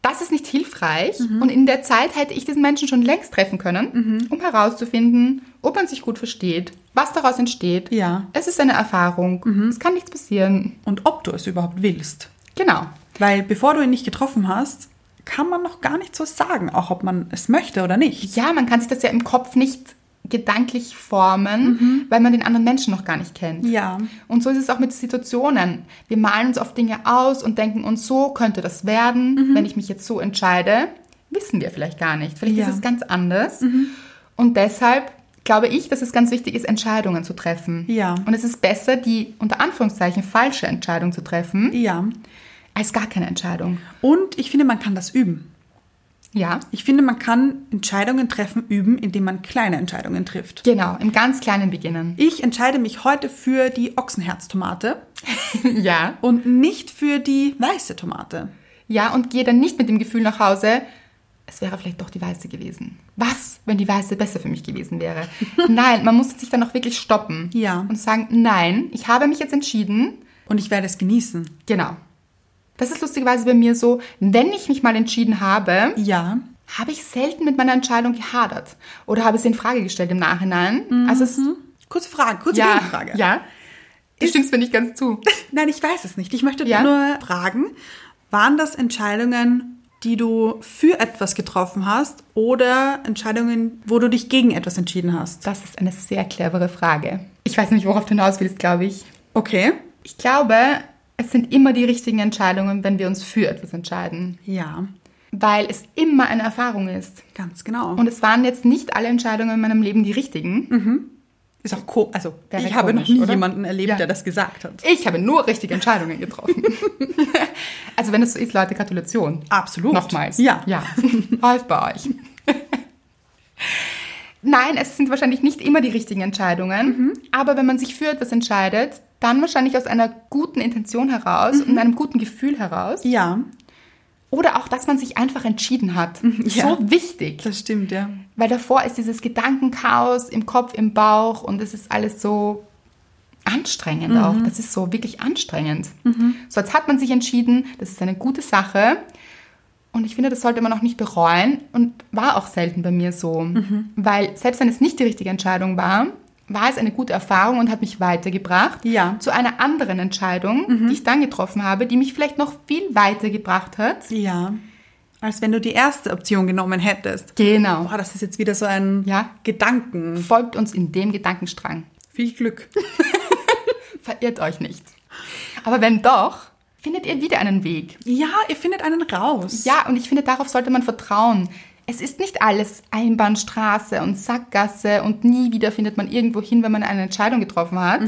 [SPEAKER 2] Das ist nicht hilfreich. Und in der Zeit hätte ich diesen Menschen schon längst treffen können, um herauszufinden, ob man sich gut versteht, was daraus entsteht.
[SPEAKER 1] Ja.
[SPEAKER 2] Es ist eine Erfahrung. Es kann nichts passieren.
[SPEAKER 1] Und ob du es überhaupt willst.
[SPEAKER 2] Genau.
[SPEAKER 1] Weil bevor du ihn nicht getroffen hast, kann man noch gar nicht so sagen, auch ob man es möchte oder nicht.
[SPEAKER 2] Ja, man kann sich das ja im Kopf nicht gedanklich formen, weil man den anderen Menschen noch gar nicht kennt.
[SPEAKER 1] Ja.
[SPEAKER 2] Und so ist es auch mit Situationen. Wir malen uns oft Dinge aus und denken uns, so könnte das werden,
[SPEAKER 1] Mhm.
[SPEAKER 2] wenn ich mich jetzt so entscheide. Wissen wir vielleicht gar nicht. Vielleicht
[SPEAKER 1] Ja.
[SPEAKER 2] ist es ganz anders. Und deshalb glaube ich, dass es ganz wichtig ist, Entscheidungen zu treffen.
[SPEAKER 1] Ja.
[SPEAKER 2] Und es ist besser, die unter Anführungszeichen falsche Entscheidung zu treffen,
[SPEAKER 1] Ja.
[SPEAKER 2] als gar keine Entscheidung.
[SPEAKER 1] Und ich finde, man kann das üben.
[SPEAKER 2] Ja.
[SPEAKER 1] Ich finde, man kann Entscheidungen treffen üben, indem man kleine Entscheidungen trifft.
[SPEAKER 2] Genau, im ganz Kleinen beginnen.
[SPEAKER 1] Ich entscheide mich heute für die Ochsenherztomate
[SPEAKER 2] ja.
[SPEAKER 1] und nicht für die weiße Tomate.
[SPEAKER 2] Ja, und gehe dann nicht mit dem Gefühl nach Hause, es wäre vielleicht doch die weiße gewesen. Was, wenn die weiße besser für mich gewesen wäre? nein, man muss sich dann auch wirklich stoppen.
[SPEAKER 1] Ja.
[SPEAKER 2] Und sagen, nein, ich habe mich jetzt entschieden.
[SPEAKER 1] Und ich werde es genießen.
[SPEAKER 2] Genau. Das ist lustigerweise bei mir so, wenn ich mich mal entschieden habe,
[SPEAKER 1] Ja.
[SPEAKER 2] habe ich selten mit meiner Entscheidung gehadert oder habe sie in Frage gestellt im Nachhinein. Also es
[SPEAKER 1] Kurze Frage, kurze
[SPEAKER 2] ja,
[SPEAKER 1] Mhm. Gegenfrage.
[SPEAKER 2] ja. Du
[SPEAKER 1] Ist-
[SPEAKER 2] stimmst mir nicht ganz zu.
[SPEAKER 1] Nein, ich weiß es nicht. Ich möchte
[SPEAKER 2] Ja?
[SPEAKER 1] nur fragen, waren das Entscheidungen, die du für etwas getroffen hast oder Entscheidungen, wo du dich gegen etwas entschieden hast?
[SPEAKER 2] Das ist eine sehr clevere Frage. Ich weiß nicht, worauf du hinaus willst, glaube ich.
[SPEAKER 1] Okay.
[SPEAKER 2] Ich glaube, es sind immer die richtigen Entscheidungen, wenn wir uns für etwas entscheiden,
[SPEAKER 1] Ja,
[SPEAKER 2] weil es immer eine Erfahrung ist.
[SPEAKER 1] ganz genau.
[SPEAKER 2] Und es waren jetzt nicht alle Entscheidungen in meinem Leben die richtigen.
[SPEAKER 1] ist auch ko also
[SPEAKER 2] Wäre
[SPEAKER 1] ich habe noch
[SPEAKER 2] komisch,
[SPEAKER 1] nie
[SPEAKER 2] oder?
[SPEAKER 1] jemanden erlebt,
[SPEAKER 2] Ja.
[SPEAKER 1] der das gesagt hat.
[SPEAKER 2] Ich habe nur richtige Entscheidungen getroffen. also wenn das so ist, Leute, Gratulation.
[SPEAKER 1] Absolut.
[SPEAKER 2] Nochmals.
[SPEAKER 1] Ja.
[SPEAKER 2] Ja. Läuft bei euch. Nein, es sind wahrscheinlich nicht immer die richtigen Entscheidungen,
[SPEAKER 1] Mhm.
[SPEAKER 2] aber wenn man sich für etwas entscheidet, dann wahrscheinlich aus einer guten Intention heraus
[SPEAKER 1] Mhm.
[SPEAKER 2] und einem guten Gefühl heraus.
[SPEAKER 1] Ja,
[SPEAKER 2] Oder auch, dass man sich einfach entschieden hat.
[SPEAKER 1] Ja.
[SPEAKER 2] So wichtig.
[SPEAKER 1] das stimmt, ja.
[SPEAKER 2] Weil davor ist dieses Gedankenchaos im Kopf, im Bauch und es ist alles so anstrengend auch.
[SPEAKER 1] Mhm.
[SPEAKER 2] Das ist so wirklich anstrengend. So, jetzt hat man sich entschieden, das ist eine gute Sache. Und ich finde, das sollte man auch nicht bereuen und war auch selten bei mir so.
[SPEAKER 1] Mhm.
[SPEAKER 2] Weil selbst wenn es nicht die richtige Entscheidung war, war es eine gute Erfahrung und hat mich weitergebracht
[SPEAKER 1] Ja. Mhm.
[SPEAKER 2] zu einer anderen Entscheidung, die ich dann getroffen habe, die mich vielleicht noch viel weitergebracht hat.
[SPEAKER 1] Ja. Als wenn du die erste Option genommen hättest.
[SPEAKER 2] Genau.
[SPEAKER 1] Boah, das ist jetzt wieder so ein
[SPEAKER 2] Ja.
[SPEAKER 1] Gedanken.
[SPEAKER 2] Folgt uns in dem Gedankenstrang.
[SPEAKER 1] Viel Glück.
[SPEAKER 2] Verirrt euch nicht. Aber wenn doch, findet ihr wieder einen Weg.
[SPEAKER 1] Ja, ihr findet einen raus.
[SPEAKER 2] Ja, und ich finde, darauf sollte man vertrauen. Es ist nicht alles Einbahnstraße und Sackgasse und nie wieder findet man irgendwo hin, wenn man eine Entscheidung getroffen hat.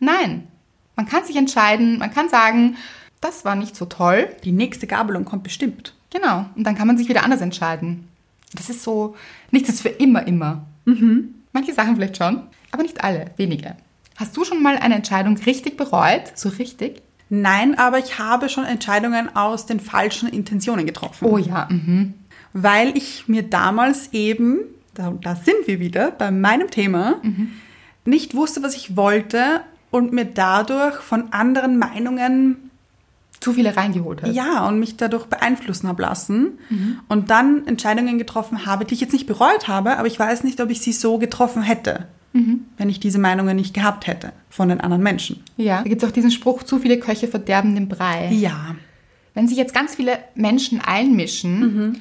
[SPEAKER 2] Nein, man kann sich entscheiden, man kann sagen, das war nicht so toll.
[SPEAKER 1] Die nächste Gabelung kommt bestimmt.
[SPEAKER 2] Genau, und dann kann man sich wieder anders entscheiden. Das ist so, nichts ist für immer, immer.
[SPEAKER 1] Mhm.
[SPEAKER 2] Manche Sachen vielleicht schon, aber nicht alle, wenige. Hast du schon mal eine Entscheidung richtig bereut? So richtig?
[SPEAKER 1] Nein, aber ich habe schon Entscheidungen aus den falschen Intentionen getroffen.
[SPEAKER 2] Oh ja, mhm.
[SPEAKER 1] Weil ich mir damals eben, da, da sind wir wieder bei meinem Thema, nicht wusste, was ich wollte und mir dadurch von anderen Meinungen,
[SPEAKER 2] zu viele reingeholt hast.
[SPEAKER 1] ja, und mich dadurch beeinflussen habe lassen
[SPEAKER 2] Mhm.
[SPEAKER 1] und dann Entscheidungen getroffen habe, die ich jetzt nicht bereut habe, aber ich weiß nicht, ob ich sie so getroffen hätte,
[SPEAKER 2] Mhm.
[SPEAKER 1] wenn ich diese Meinungen nicht gehabt hätte von den anderen Menschen.
[SPEAKER 2] Ja. Da gibt es auch diesen Spruch, zu viele Köche verderben den Brei.
[SPEAKER 1] Ja,
[SPEAKER 2] Wenn sich jetzt ganz viele Menschen einmischen,
[SPEAKER 1] Mhm.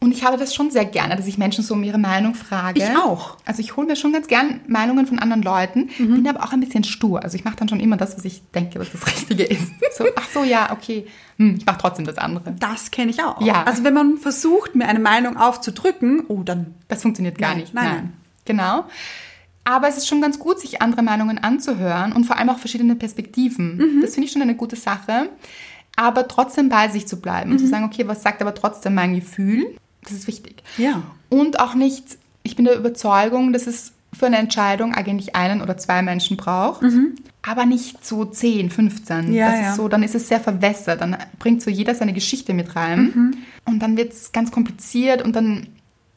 [SPEAKER 2] und ich habe das schon sehr gerne, dass ich Menschen so um ihre Meinung frage.
[SPEAKER 1] Ich auch. Mhm.
[SPEAKER 2] Also ich hole mir schon ganz gern Meinungen von anderen Leuten, bin aber auch ein bisschen stur. Also ich mache dann schon immer das, was ich denke, was das Richtige ist. So, ach so, ja, okay. Hm, ich mache trotzdem das andere.
[SPEAKER 1] das kenne ich auch.
[SPEAKER 2] Ja.
[SPEAKER 1] Also wenn man versucht, mir eine Meinung aufzudrücken, oh, dann
[SPEAKER 2] Das funktioniert gar
[SPEAKER 1] Nein,
[SPEAKER 2] nicht.
[SPEAKER 1] nein, nein.
[SPEAKER 2] Genau. Aber es ist schon ganz gut, sich andere Meinungen anzuhören und vor allem auch verschiedene Perspektiven.
[SPEAKER 1] Mhm.
[SPEAKER 2] Das finde ich schon eine gute Sache. Aber trotzdem bei sich zu bleiben
[SPEAKER 1] Mhm.
[SPEAKER 2] und zu sagen, okay, was sagt aber trotzdem mein Gefühl? Das ist wichtig.
[SPEAKER 1] Ja.
[SPEAKER 2] Und auch nicht, ich bin der Überzeugung, dass es für eine Entscheidung eigentlich einen oder zwei Menschen braucht,
[SPEAKER 1] Mhm.
[SPEAKER 2] aber nicht so 10, 15.
[SPEAKER 1] Ja,
[SPEAKER 2] das
[SPEAKER 1] ja.
[SPEAKER 2] ist so, dann ist es sehr verwässert, dann bringt so jeder seine Geschichte mit rein
[SPEAKER 1] Mhm.
[SPEAKER 2] und dann wird es ganz kompliziert und dann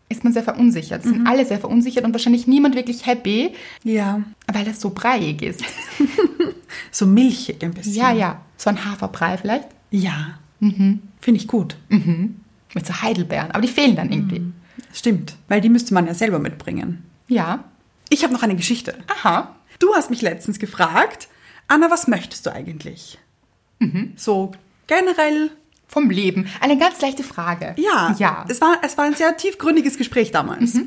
[SPEAKER 2] ist man sehr verunsichert.
[SPEAKER 1] Mhm.
[SPEAKER 2] Sind alle sehr verunsichert und wahrscheinlich niemand wirklich happy,
[SPEAKER 1] Ja.
[SPEAKER 2] weil das so breiig ist.
[SPEAKER 1] So milchig ein bisschen.
[SPEAKER 2] ja, Mhm. ja, so ein Haferbrei vielleicht
[SPEAKER 1] Ja. Finde ich gut.
[SPEAKER 2] mit so Heidelbeeren, aber die fehlen dann irgendwie.
[SPEAKER 1] Mhm. Stimmt. Weil die müsste man ja selber mitbringen.
[SPEAKER 2] Ja,
[SPEAKER 1] Ich habe noch eine Geschichte.
[SPEAKER 2] aha,
[SPEAKER 1] Du hast mich letztens gefragt, Anna, was möchtest du eigentlich? So generell,
[SPEAKER 2] vom Leben. Eine ganz leichte Frage.
[SPEAKER 1] ja.
[SPEAKER 2] Ja.
[SPEAKER 1] Es war, es war ein sehr tiefgründiges Gespräch damals.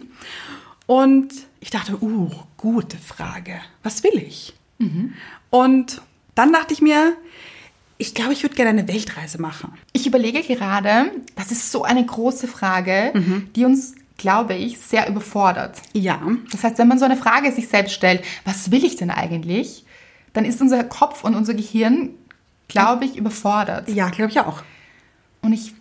[SPEAKER 1] Und ich dachte, uh, gute Frage. Was will ich? Und dann dachte ich mir, ich glaube, ich würde gerne eine Weltreise machen. Mhm.
[SPEAKER 2] Ich überlege gerade, das ist so eine große Frage, die uns glaube ich, sehr überfordert.
[SPEAKER 1] Ja.
[SPEAKER 2] Das heißt, wenn man so eine Frage sich selbst stellt, was will ich denn eigentlich, dann ist unser Kopf und unser Gehirn, glaube ich, überfordert.
[SPEAKER 1] Ja, glaube ich auch.
[SPEAKER 2] Und ich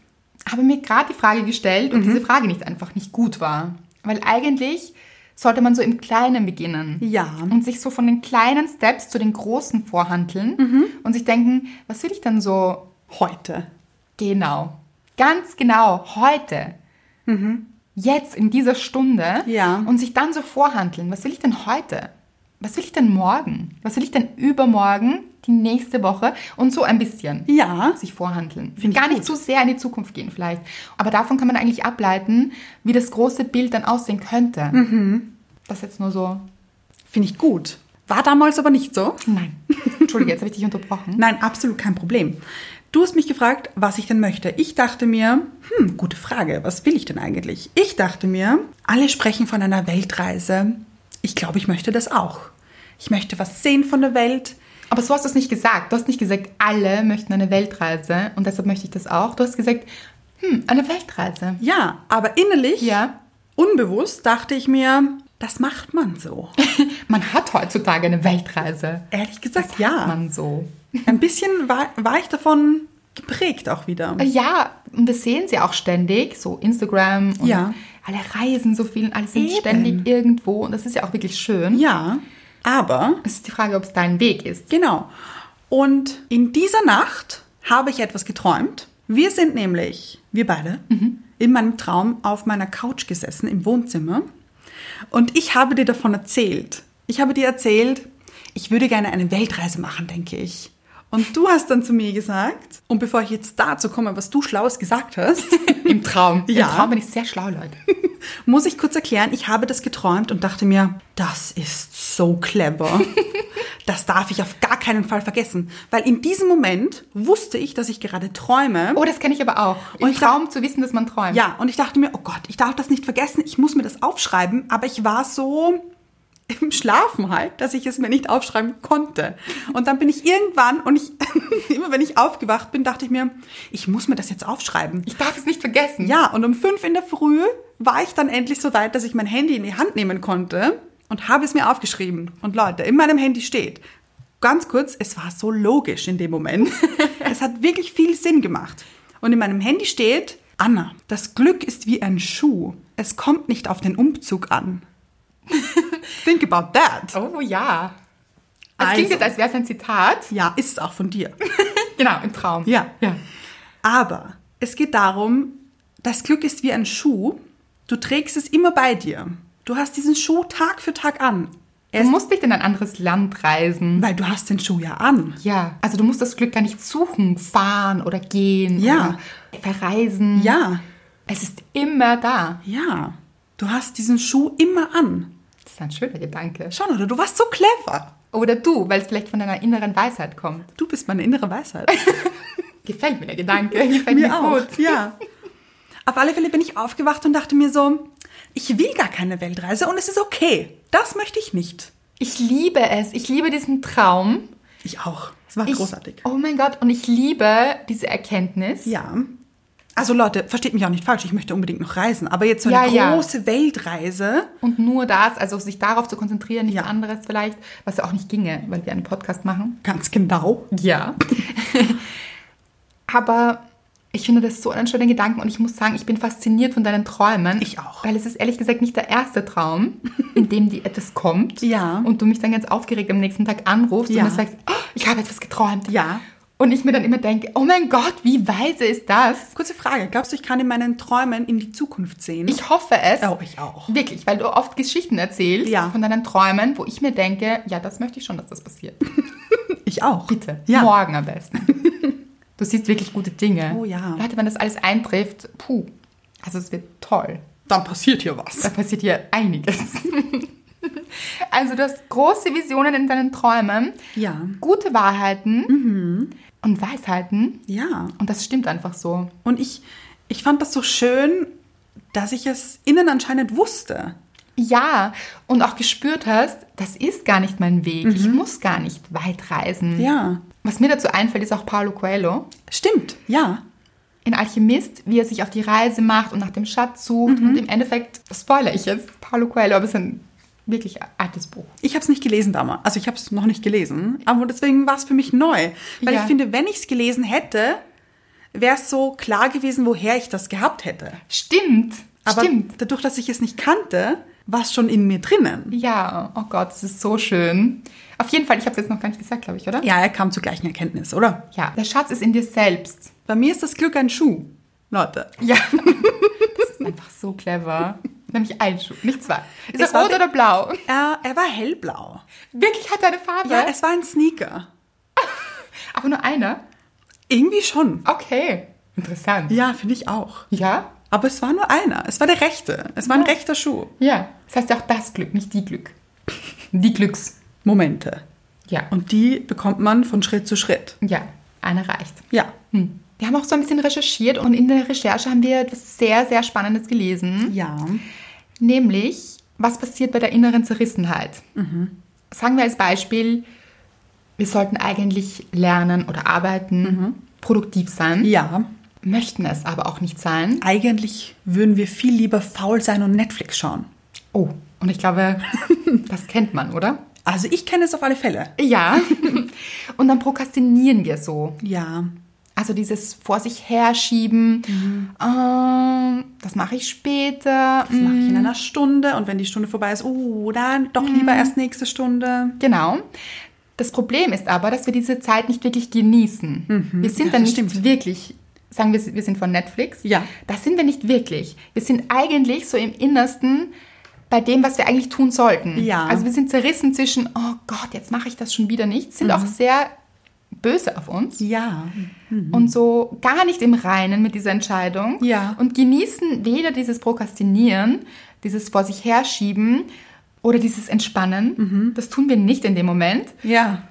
[SPEAKER 2] habe mir gerade die Frage gestellt und diese Frage nicht einfach nicht gut war. Weil eigentlich sollte man so im Kleinen beginnen.
[SPEAKER 1] Ja.
[SPEAKER 2] Und sich so von den kleinen Steps zu den großen vorhandeln und sich denken, was will ich denn so
[SPEAKER 1] Heute.
[SPEAKER 2] Genau. Ganz genau. Heute. Jetzt in dieser Stunde.
[SPEAKER 1] Mhm. Ja.
[SPEAKER 2] Und sich dann so vorhandeln. Was will ich denn heute? Was will ich denn morgen? Was will ich denn übermorgen? Die nächste Woche? Und so ein bisschen.
[SPEAKER 1] Ja.
[SPEAKER 2] Sich vorhandeln.
[SPEAKER 1] Find ich
[SPEAKER 2] Gar nicht
[SPEAKER 1] gut.
[SPEAKER 2] zu sehr in die Zukunft gehen vielleicht. Aber davon kann man eigentlich ableiten, wie das große Bild dann aussehen könnte.
[SPEAKER 1] Mhm.
[SPEAKER 2] Das jetzt nur so.
[SPEAKER 1] Finde ich gut. War damals aber nicht so.
[SPEAKER 2] Nein. Entschuldige, jetzt habe ich dich unterbrochen.
[SPEAKER 1] Nein, absolut kein Problem. Du hast mich gefragt, was ich denn möchte. Ich dachte mir, hm, gute Frage, was will ich denn eigentlich? Ich dachte mir, alle sprechen von einer Weltreise. Ich glaube, ich möchte das auch. Ich möchte was sehen von der Welt.
[SPEAKER 2] Aber so hast du es nicht gesagt. Du hast nicht gesagt, alle möchten eine Weltreise und deshalb möchte ich das auch. Du hast gesagt, hm, eine Weltreise.
[SPEAKER 1] Ja, aber innerlich,
[SPEAKER 2] Ja.
[SPEAKER 1] unbewusst, dachte ich mir, das macht man so.
[SPEAKER 2] Man hat heutzutage eine Weltreise.
[SPEAKER 1] Ehrlich gesagt,
[SPEAKER 2] Hat
[SPEAKER 1] ja.
[SPEAKER 2] man so.
[SPEAKER 1] Ein bisschen war, war ich davon geprägt auch wieder.
[SPEAKER 2] Äh, Ja, und das sehen sie auch ständig, so Instagram und
[SPEAKER 1] Ja.
[SPEAKER 2] alle reisen so viel und alle sind
[SPEAKER 1] Eben.
[SPEAKER 2] ständig irgendwo und das ist ja auch wirklich schön.
[SPEAKER 1] Ja, aber
[SPEAKER 2] Es ist die Frage, ob es dein Weg ist.
[SPEAKER 1] Genau. Und in dieser Nacht habe ich etwas geträumt. Wir sind nämlich, wir beide, in meinem Traum auf meiner Couch gesessen im Wohnzimmer. Und ich habe dir davon erzählt. Ich habe dir erzählt, ich würde gerne eine Weltreise machen, denke ich. Und du hast dann zu mir gesagt, und bevor ich jetzt dazu komme, was du Schlaues gesagt hast,
[SPEAKER 2] Im Traum.
[SPEAKER 1] Ja.
[SPEAKER 2] Im Traum bin ich sehr schlau, Leute.
[SPEAKER 1] muss ich kurz erklären, ich habe das geträumt und dachte mir, das ist so clever. Das darf ich auf gar keinen Fall vergessen, weil in diesem Moment wusste ich, dass ich gerade träume.
[SPEAKER 2] Oh, das kenne ich aber auch. Im
[SPEAKER 1] Und ich dachte-
[SPEAKER 2] Traum zu wissen, dass man träumt.
[SPEAKER 1] Ja, und ich dachte mir, oh Gott, ich darf das nicht vergessen, ich muss mir das aufschreiben, aber ich war so im Schlafen halt, dass ich es mir nicht aufschreiben konnte. Und dann bin ich irgendwann und ich immer wenn ich aufgewacht bin, dachte ich mir, ich muss mir das jetzt aufschreiben.
[SPEAKER 2] Ich darf es nicht vergessen.
[SPEAKER 1] Ja, und um fünf in der Früh war ich dann endlich so weit, dass ich mein Handy in die Hand nehmen konnte und habe es mir aufgeschrieben. Und Leute, in meinem Handy steht, ganz kurz, es war so logisch in dem Moment. es hat wirklich viel Sinn gemacht. Und in meinem Handy steht, Anna, das Glück ist wie ein Schuh. Es kommt nicht auf den Umzug an. Think about that.
[SPEAKER 2] Oh ja. Das klingt
[SPEAKER 1] Also.
[SPEAKER 2] jetzt, als wäre es ein Zitat.
[SPEAKER 1] Ja, ist es auch von dir.
[SPEAKER 2] Genau, im Traum.
[SPEAKER 1] Ja.
[SPEAKER 2] ja.
[SPEAKER 1] Aber es geht darum, das Glück ist wie ein Schuh. Du trägst es immer bei dir. Du hast diesen Schuh Tag für Tag an. Er
[SPEAKER 2] Du
[SPEAKER 1] ist,
[SPEAKER 2] musst dich in ein anderes Land reisen.
[SPEAKER 1] weil du hast den Schuh ja an.
[SPEAKER 2] Ja. Also du musst das Glück gar nicht suchen, fahren oder gehen
[SPEAKER 1] Ja.
[SPEAKER 2] oder verreisen.
[SPEAKER 1] Ja,
[SPEAKER 2] Es ist immer da.
[SPEAKER 1] ja. Du hast diesen Schuh immer an.
[SPEAKER 2] Das ist ein schöner Gedanke.
[SPEAKER 1] Schon, oder? Du warst so clever.
[SPEAKER 2] Oder du, weil es vielleicht von deiner inneren Weisheit kommt.
[SPEAKER 1] Du bist meine innere Weisheit.
[SPEAKER 2] Gefällt mir der Gedanke. Gefällt mir, gut.
[SPEAKER 1] Ja. Auf alle Fälle bin ich aufgewacht und dachte mir so, ich will gar keine Weltreise und es ist okay. Das möchte ich nicht.
[SPEAKER 2] Ich liebe es. Ich liebe diesen Traum.
[SPEAKER 1] Ich auch. Es war
[SPEAKER 2] Ich,
[SPEAKER 1] großartig.
[SPEAKER 2] Oh mein Gott. Und ich liebe diese Erkenntnis.
[SPEAKER 1] Ja. Also Leute, versteht mich auch nicht falsch, ich möchte unbedingt noch reisen, aber jetzt so eine
[SPEAKER 2] Ja, ja.
[SPEAKER 1] große Weltreise.
[SPEAKER 2] Und nur das, also sich darauf zu konzentrieren, nichts
[SPEAKER 1] Ja.
[SPEAKER 2] anderes vielleicht, was ja auch nicht ginge, weil wir einen Podcast machen.
[SPEAKER 1] Ganz genau.
[SPEAKER 2] Ja. Aber ich finde das so einen schönen Gedanken und ich muss sagen, ich bin fasziniert von deinen Träumen.
[SPEAKER 1] Ich auch.
[SPEAKER 2] Weil es ist ehrlich gesagt nicht der erste Traum, in dem dir etwas kommt.
[SPEAKER 1] Ja.
[SPEAKER 2] Und du mich dann ganz aufgeregt am nächsten Tag anrufst
[SPEAKER 1] Ja.
[SPEAKER 2] und mir sagst, oh, ich habe etwas geträumt.
[SPEAKER 1] Ja.
[SPEAKER 2] Und ich mir dann immer denke, oh mein Gott, wie weise ist das?
[SPEAKER 1] Kurze Frage, glaubst du, ich kann in meinen Träumen in die Zukunft sehen?
[SPEAKER 2] Ich hoffe es.
[SPEAKER 1] Oh, ich auch.
[SPEAKER 2] Wirklich, weil du oft Geschichten erzählst
[SPEAKER 1] Ja.
[SPEAKER 2] von deinen Träumen, wo ich mir denke, ja, das möchte ich schon, dass das passiert.
[SPEAKER 1] Ich auch.
[SPEAKER 2] Bitte.
[SPEAKER 1] Ja.
[SPEAKER 2] Morgen am besten. Du siehst wirklich gute Dinge.
[SPEAKER 1] Oh ja.
[SPEAKER 2] Leute, wenn das alles eintrifft, puh. Also es wird toll.
[SPEAKER 1] Dann passiert hier
[SPEAKER 2] Da
[SPEAKER 1] was.
[SPEAKER 2] passiert hier einiges. Also du hast große Visionen in deinen Träumen,
[SPEAKER 1] Ja.
[SPEAKER 2] gute Wahrheiten
[SPEAKER 1] Mhm.
[SPEAKER 2] und Weisheiten.
[SPEAKER 1] Ja.
[SPEAKER 2] Und das stimmt einfach so.
[SPEAKER 1] Und ich, ich fand das so schön, dass ich es innen anscheinend wusste.
[SPEAKER 2] Ja, und auch gespürt hast, das ist gar nicht mein Weg. Ich muss gar nicht weit reisen.
[SPEAKER 1] Mhm. Ja.
[SPEAKER 2] Was mir dazu einfällt, ist auch Paulo Coelho.
[SPEAKER 1] Stimmt, ja.
[SPEAKER 2] in Alchemist, wie er sich auf die Reise macht und nach dem Schatz sucht.
[SPEAKER 1] Mhm.
[SPEAKER 2] Und im Endeffekt, spoiler ich jetzt, Paulo Coelho, aber es ist ein wirklich altes Buch.
[SPEAKER 1] Ich habe es nicht gelesen damals. Also ich habe es noch nicht gelesen. Aber deswegen war es für mich neu. Weil
[SPEAKER 2] Ja.
[SPEAKER 1] ich finde, wenn ich es gelesen hätte, wäre es so klar gewesen, woher ich das gehabt hätte.
[SPEAKER 2] Stimmt,
[SPEAKER 1] Aber
[SPEAKER 2] stimmt.
[SPEAKER 1] dadurch, dass ich es nicht kannte, war es schon in mir drinnen.
[SPEAKER 2] Ja, oh Gott, es ist so schön. Auf jeden Fall, ich habe es jetzt noch gar nicht gesagt, glaube ich, oder?
[SPEAKER 1] Ja, er kam zur gleichen Erkenntnis, oder?
[SPEAKER 2] Ja, der Schatz ist in dir selbst.
[SPEAKER 1] Bei mir ist das Glück ein Schuh. Leute.
[SPEAKER 2] Ja. Das ist einfach so clever. Nämlich ein Schuh, nicht zwei. Ist
[SPEAKER 1] Es
[SPEAKER 2] er
[SPEAKER 1] war
[SPEAKER 2] rot
[SPEAKER 1] wi-
[SPEAKER 2] oder blau?
[SPEAKER 1] Er, er war hellblau.
[SPEAKER 2] Wirklich hat er eine Farbe.
[SPEAKER 1] Ja, es war ein Sneaker.
[SPEAKER 2] Aber nur einer?
[SPEAKER 1] Irgendwie schon.
[SPEAKER 2] Okay. Interessant.
[SPEAKER 1] Ja, finde ich auch.
[SPEAKER 2] Ja?
[SPEAKER 1] Aber es war nur einer. Es war der rechte. Es war ein rechter Schuh.
[SPEAKER 2] Ja. Das heißt ja auch das Glück, nicht die Glück. Die Glücks.
[SPEAKER 1] Momente.
[SPEAKER 2] Ja. Und
[SPEAKER 1] Und die bekommt man von Schritt zu Schritt.
[SPEAKER 2] ja, einer reicht.
[SPEAKER 1] Ja.
[SPEAKER 2] Hm. Wir haben auch so ein bisschen recherchiert und in der Recherche haben wir etwas sehr, sehr Spannendes gelesen.
[SPEAKER 1] Ja.
[SPEAKER 2] Nämlich, was passiert bei der inneren Zerrissenheit? Sagen wir als Beispiel, wir sollten eigentlich lernen oder arbeiten, produktiv sein,
[SPEAKER 1] Ja.
[SPEAKER 2] möchten es aber auch nicht sein.
[SPEAKER 1] Eigentlich würden wir viel lieber faul sein und Netflix schauen.
[SPEAKER 2] Oh, und ich glaube, das kennt man, oder?
[SPEAKER 1] Also ich kenne es auf alle Fälle.
[SPEAKER 2] Ja. Und dann prokrastinieren wir so.
[SPEAKER 1] Ja.
[SPEAKER 2] Also dieses vor sich herschieben, ähm, das mache ich später.
[SPEAKER 1] Das mache ich in einer Stunde und wenn die Stunde vorbei ist, oh, dann doch lieber erst nächste Stunde.
[SPEAKER 2] Genau. Das Problem ist aber, dass wir diese Zeit nicht wirklich genießen. Wir sind
[SPEAKER 1] Ja,
[SPEAKER 2] dann
[SPEAKER 1] Mhm. das
[SPEAKER 2] nicht
[SPEAKER 1] stimmt.
[SPEAKER 2] wirklich, sagen wir, wir sind von Netflix.
[SPEAKER 1] Ja.
[SPEAKER 2] Das sind wir nicht wirklich. Wir sind eigentlich so im Innersten bei dem, was wir eigentlich tun sollten.
[SPEAKER 1] Ja.
[SPEAKER 2] Also wir sind zerrissen zwischen, oh Gott, jetzt mache ich das schon wieder nicht, sind
[SPEAKER 1] Mhm.
[SPEAKER 2] auch sehr böse auf uns
[SPEAKER 1] Ja. Mhm.
[SPEAKER 2] und so gar nicht im Reinen mit dieser Entscheidung
[SPEAKER 1] Ja.
[SPEAKER 2] und genießen weder dieses Prokrastinieren, dieses vor sich herschieben oder dieses Entspannen.
[SPEAKER 1] Mhm.
[SPEAKER 2] Das tun wir nicht in dem Moment
[SPEAKER 1] Ja.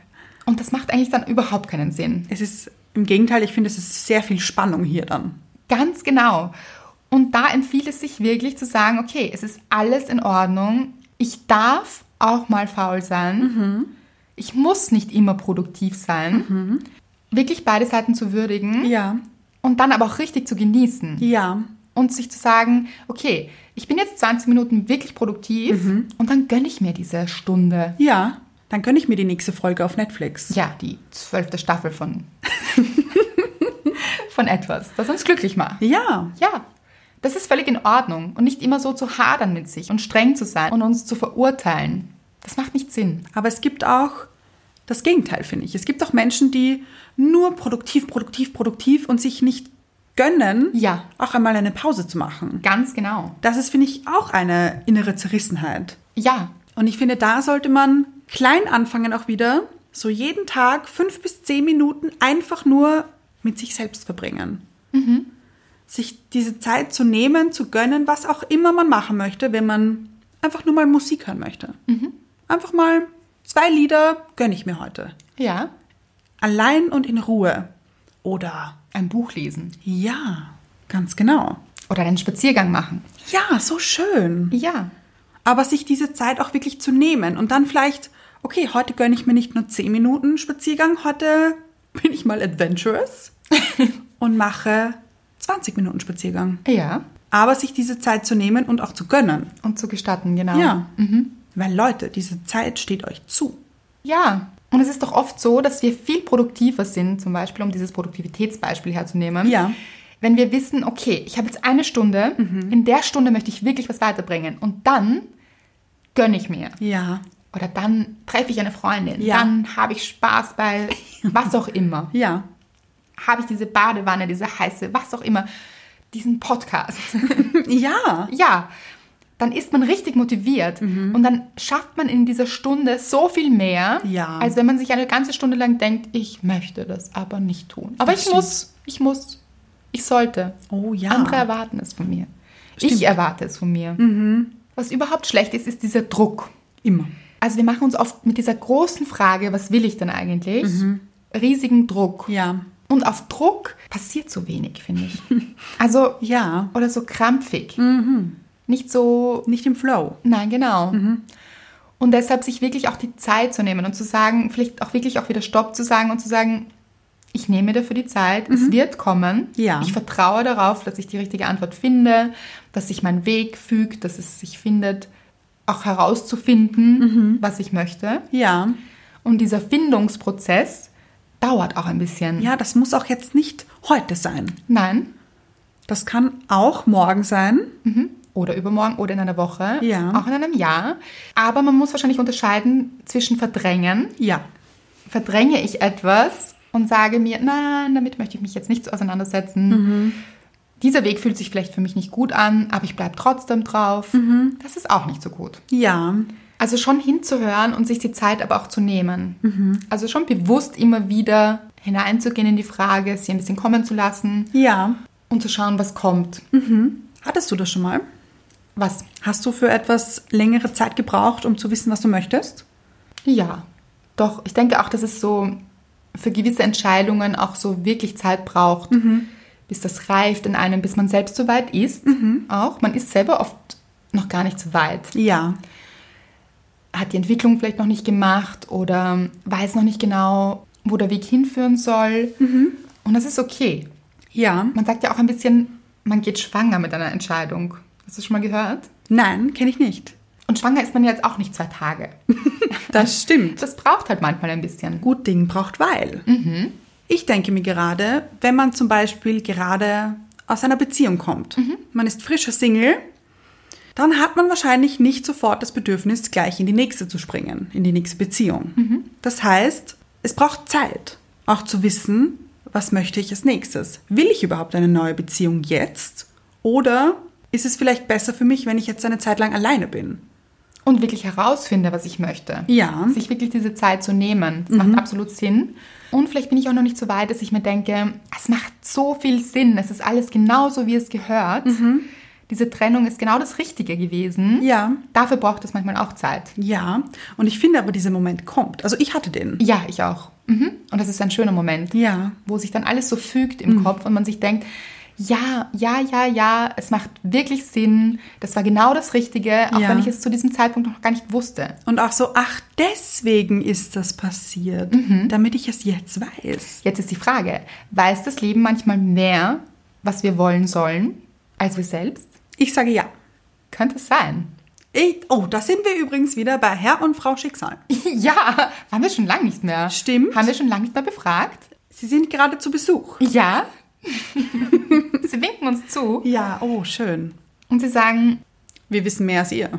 [SPEAKER 2] und das macht eigentlich dann überhaupt keinen Sinn.
[SPEAKER 1] Es ist im Gegenteil, ich finde, es ist sehr viel Spannung hier dann.
[SPEAKER 2] Ganz genau. Und da empfiehlt es sich wirklich zu sagen, okay, es ist alles in Ordnung. Ich darf auch mal faul sein. Ich muss nicht immer produktiv sein. Wirklich beide Seiten zu würdigen
[SPEAKER 1] Ja.
[SPEAKER 2] und dann aber auch richtig zu genießen.
[SPEAKER 1] Ja.
[SPEAKER 2] und sich zu sagen, okay, ich bin jetzt 20 Minuten wirklich produktiv und dann gönne ich mir diese Stunde.
[SPEAKER 1] Ja. Dann gönne ich mir die nächste Folge auf Netflix.
[SPEAKER 2] Ja, die zwölfte Staffel von, von etwas, das uns glücklich macht.
[SPEAKER 1] Ja.
[SPEAKER 2] Ja, das ist völlig in Ordnung und nicht immer so zu hadern mit sich und streng zu sein und uns zu verurteilen. Das macht nicht Sinn.
[SPEAKER 1] Aber es gibt auch das Gegenteil, finde ich. Es gibt auch Menschen, die nur produktiv, produktiv, produktiv und sich nicht gönnen,
[SPEAKER 2] Ja.
[SPEAKER 1] auch einmal eine Pause zu machen.
[SPEAKER 2] Ganz genau.
[SPEAKER 1] Das ist, finde ich, auch eine innere Zerrissenheit.
[SPEAKER 2] Ja,
[SPEAKER 1] Und ich finde, da sollte man klein anfangen auch wieder, so jeden Tag fünf bis zehn Minuten einfach nur mit sich selbst verbringen. Sich diese Zeit zu nehmen, zu gönnen, was auch immer man machen möchte, wenn man einfach nur mal Musik hören möchte. Einfach mal zwei Lieder gönne ich mir heute.
[SPEAKER 2] ja.
[SPEAKER 1] Allein und in Ruhe. Oder
[SPEAKER 2] Ein Buch lesen
[SPEAKER 1] ja, ganz genau.
[SPEAKER 2] oder einen Spaziergang machen.
[SPEAKER 1] Ja, so schön.
[SPEAKER 2] Ja,
[SPEAKER 1] aber sich diese Zeit auch wirklich zu nehmen und dann vielleicht, okay, heute gönne ich mir nicht nur 10 Minuten Spaziergang, heute bin ich mal adventurous und mache 20 Minuten Spaziergang.
[SPEAKER 2] ja.
[SPEAKER 1] Aber sich diese Zeit zu nehmen und auch zu gönnen.
[SPEAKER 2] Und zu gestatten, genau.
[SPEAKER 1] Ja. Weil Leute, diese Zeit steht euch zu.
[SPEAKER 2] Ja, und es ist doch oft so, dass wir viel produktiver sind, zum Beispiel, um dieses Produktivitätsbeispiel herzunehmen.
[SPEAKER 1] Ja. Mhm.
[SPEAKER 2] Wenn wir wissen, okay, ich habe jetzt eine Stunde, in der Stunde möchte ich wirklich was weiterbringen und dann gönne ich mir.
[SPEAKER 1] Ja.
[SPEAKER 2] Oder dann treffe ich eine Freundin,
[SPEAKER 1] Ja.
[SPEAKER 2] dann habe ich Spaß bei was auch immer.
[SPEAKER 1] Ja.
[SPEAKER 2] Habe ich diese Badewanne, diese heiße, was auch immer, diesen Podcast.
[SPEAKER 1] Ja.
[SPEAKER 2] ja, dann ist man richtig motiviert
[SPEAKER 1] Mhm.
[SPEAKER 2] und dann schafft man in dieser Stunde so viel mehr,
[SPEAKER 1] Ja.
[SPEAKER 2] als wenn man sich eine ganze Stunde lang denkt, ich möchte das aber nicht tun. Aber
[SPEAKER 1] Das
[SPEAKER 2] ich
[SPEAKER 1] stimmt.
[SPEAKER 2] muss, ich muss, ich sollte.
[SPEAKER 1] Oh ja.
[SPEAKER 2] Andere erwarten es von mir.
[SPEAKER 1] Stimmt. Mhm.
[SPEAKER 2] Ich erwarte es von mir. Was überhaupt schlecht ist, ist dieser Druck.
[SPEAKER 1] Immer.
[SPEAKER 2] Also wir machen uns oft mit dieser großen Frage, was will ich denn eigentlich, riesigen Druck.
[SPEAKER 1] Ja.
[SPEAKER 2] Und auf Druck passiert so wenig, finde ich. Also
[SPEAKER 1] Ja.
[SPEAKER 2] oder so krampfig. Nicht so,
[SPEAKER 1] Nicht im Flow.
[SPEAKER 2] nein, genau.
[SPEAKER 1] Mhm.
[SPEAKER 2] Und deshalb sich wirklich auch die Zeit zu nehmen und zu sagen, vielleicht auch wirklich auch wieder Stopp zu sagen und zu sagen, ich nehme mir dafür die Zeit, es wird kommen.
[SPEAKER 1] Mhm. Ja.
[SPEAKER 2] Ich vertraue darauf, dass ich die richtige Antwort finde, dass sich mein Weg fügt, dass es sich findet, auch herauszufinden,
[SPEAKER 1] Mhm.
[SPEAKER 2] was ich möchte.
[SPEAKER 1] Ja.
[SPEAKER 2] Und dieser Findungsprozess dauert auch ein bisschen.
[SPEAKER 1] Ja, das muss auch jetzt nicht heute sein.
[SPEAKER 2] Nein.
[SPEAKER 1] Das kann auch morgen sein.
[SPEAKER 2] Oder übermorgen oder in einer Woche.
[SPEAKER 1] Ja.
[SPEAKER 2] Auch in einem Jahr. Aber man muss wahrscheinlich unterscheiden zwischen Verdrängen
[SPEAKER 1] Ja.
[SPEAKER 2] verdränge ich etwas und sage mir, nein, damit möchte ich mich jetzt nicht so auseinandersetzen. Dieser Weg fühlt sich vielleicht für mich nicht gut an, aber ich bleibe trotzdem drauf. Das ist auch nicht so gut.
[SPEAKER 1] Ja.
[SPEAKER 2] Also schon hinzuhören und sich die Zeit aber auch zu nehmen. Also schon bewusst immer wieder hineinzugehen in die Frage, sie ein bisschen kommen zu lassen
[SPEAKER 1] Ja.
[SPEAKER 2] und zu schauen, was kommt.
[SPEAKER 1] Hattest du das schon mal?
[SPEAKER 2] Was?
[SPEAKER 1] Hast du für etwas längere Zeit gebraucht, um zu wissen, was du möchtest?
[SPEAKER 2] Ja, doch. Ich denke auch, dass es so für gewisse Entscheidungen auch so wirklich Zeit braucht, bis das reift in einem, bis man selbst so weit ist. Auch man ist selber oft noch gar nicht so weit.
[SPEAKER 1] Ja.
[SPEAKER 2] Hat die Entwicklung vielleicht noch nicht gemacht oder weiß noch nicht genau, wo der Weg hinführen soll. Und das ist okay.
[SPEAKER 1] Ja.
[SPEAKER 2] Man sagt ja auch ein bisschen, man geht schwanger mit einer Entscheidung. Hast du das schon mal gehört?
[SPEAKER 1] Nein, kenne ich nicht.
[SPEAKER 2] Und schwanger ist man jetzt auch nicht zwei Tage.
[SPEAKER 1] Das stimmt.
[SPEAKER 2] Das braucht halt manchmal ein bisschen.
[SPEAKER 1] Gut Ding braucht Weil. Ich denke mir gerade, wenn man zum Beispiel gerade aus einer Beziehung kommt, man ist frischer Single, dann hat man wahrscheinlich nicht sofort das Bedürfnis, gleich in die nächste zu springen, in die nächste Beziehung. Das heißt, es braucht Zeit, auch zu wissen, was möchte ich als nächstes? Will ich überhaupt eine neue Beziehung jetzt? Oder ist es vielleicht besser für mich, wenn ich jetzt eine Zeit lang alleine bin?
[SPEAKER 2] und wirklich herausfinde, was ich möchte.
[SPEAKER 1] Ja. Mhm.
[SPEAKER 2] Sich wirklich diese Zeit zu nehmen. Das macht absolut Sinn. Und vielleicht bin ich auch noch nicht so weit, dass ich mir denke, es macht so viel Sinn. Es ist alles genauso, wie es gehört. Diese Trennung ist genau das Richtige gewesen.
[SPEAKER 1] Mhm. Ja.
[SPEAKER 2] Dafür braucht es manchmal auch Zeit.
[SPEAKER 1] Ja, und ich finde aber, dieser Moment kommt. Also ich hatte den.
[SPEAKER 2] Ja, ich auch. Mhm. Und das ist ein schöner Moment,
[SPEAKER 1] Ja. Mhm.
[SPEAKER 2] wo sich dann alles so fügt im Kopf und man sich denkt, ja, ja, ja, ja, es macht wirklich Sinn. Das war genau das Richtige, auch
[SPEAKER 1] Ja.
[SPEAKER 2] wenn ich es zu diesem Zeitpunkt noch gar nicht wusste.
[SPEAKER 1] Und auch so, ach, deswegen ist das passiert, damit ich es jetzt weiß.
[SPEAKER 2] Jetzt ist die Frage, weiß das Leben manchmal mehr, was wir wollen sollen, als wir selbst?
[SPEAKER 1] Ich sage ja.
[SPEAKER 2] Könnte es sein.
[SPEAKER 1] Ich, oh, da sind wir übrigens wieder bei Herr und Frau Schicksal.
[SPEAKER 2] ja, waren wir schon lange nicht mehr.
[SPEAKER 1] Stimmt.
[SPEAKER 2] Haben wir schon lange nicht mehr befragt?
[SPEAKER 1] Sie sind gerade zu Besuch.
[SPEAKER 2] Ja. sie winken uns zu
[SPEAKER 1] Ja, oh, schön.
[SPEAKER 2] und sie sagen,
[SPEAKER 1] Wir wissen mehr als ihr.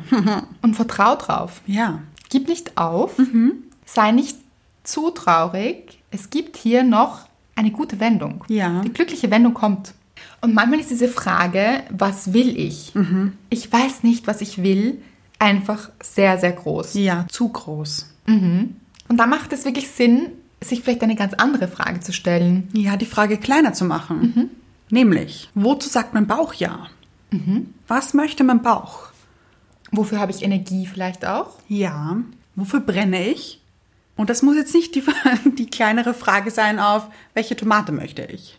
[SPEAKER 2] und vertrau drauf.
[SPEAKER 1] Hm. ja.
[SPEAKER 2] Gib nicht auf,
[SPEAKER 1] Mhm.
[SPEAKER 2] sei nicht zu traurig. Es gibt hier noch eine gute Wendung.
[SPEAKER 1] Ja.
[SPEAKER 2] Die glückliche Wendung kommt. Und manchmal ist diese Frage, was will ich?
[SPEAKER 1] Mhm.
[SPEAKER 2] Ich weiß nicht, was ich will, einfach sehr, sehr groß.
[SPEAKER 1] Ja, zu groß.
[SPEAKER 2] Und da macht es wirklich Sinn, sich vielleicht eine ganz andere Frage zu stellen.
[SPEAKER 1] Ja, die Frage kleiner zu machen. Nämlich, wozu sagt mein Bauch ja? Was möchte mein Bauch?
[SPEAKER 2] Wofür habe ich Energie vielleicht auch?
[SPEAKER 1] Ja, wofür brenne ich? Und das muss jetzt nicht die, die kleinere Frage sein auf, welche Tomate möchte ich?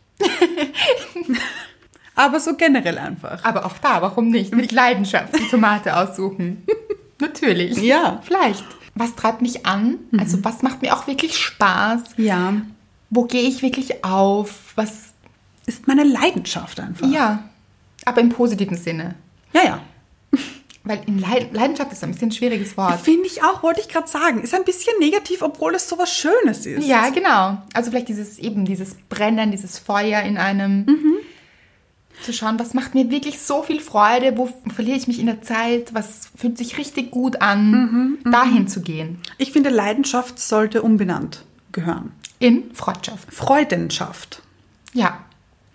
[SPEAKER 1] Aber so generell einfach.
[SPEAKER 2] Aber auch da, warum nicht? Mit Leidenschaft die Tomate aussuchen. Natürlich.
[SPEAKER 1] Ja. Mhm.
[SPEAKER 2] Vielleicht. Was treibt mich an? Also was macht mir auch wirklich Spaß?
[SPEAKER 1] Ja,
[SPEAKER 2] Wo gehe ich wirklich auf? Was?
[SPEAKER 1] ist meine Leidenschaft einfach.
[SPEAKER 2] Ja. Aber im positiven Sinne.
[SPEAKER 1] ja. ja.
[SPEAKER 2] Weil in Leid- Leidenschaft ist ein bisschen ein schwieriges Wort.
[SPEAKER 1] Finde ich auch, wollte ich gerade sagen. Ist ein bisschen negativ, obwohl es sowas Schönes ist.
[SPEAKER 2] Ja, genau. Also vielleicht dieses eben, dieses Brennen, dieses Feuer in einem.
[SPEAKER 1] Mhm.
[SPEAKER 2] Zu schauen, was macht mir wirklich so viel Freude, wo verliere ich mich in der Zeit, was fühlt sich richtig gut
[SPEAKER 1] Mhm,
[SPEAKER 2] an, dahin zu gehen.
[SPEAKER 1] Ich finde, Leidenschaft sollte umbenannt gehören.
[SPEAKER 2] In Freundschaft.
[SPEAKER 1] Freudenschaft.
[SPEAKER 2] Ja,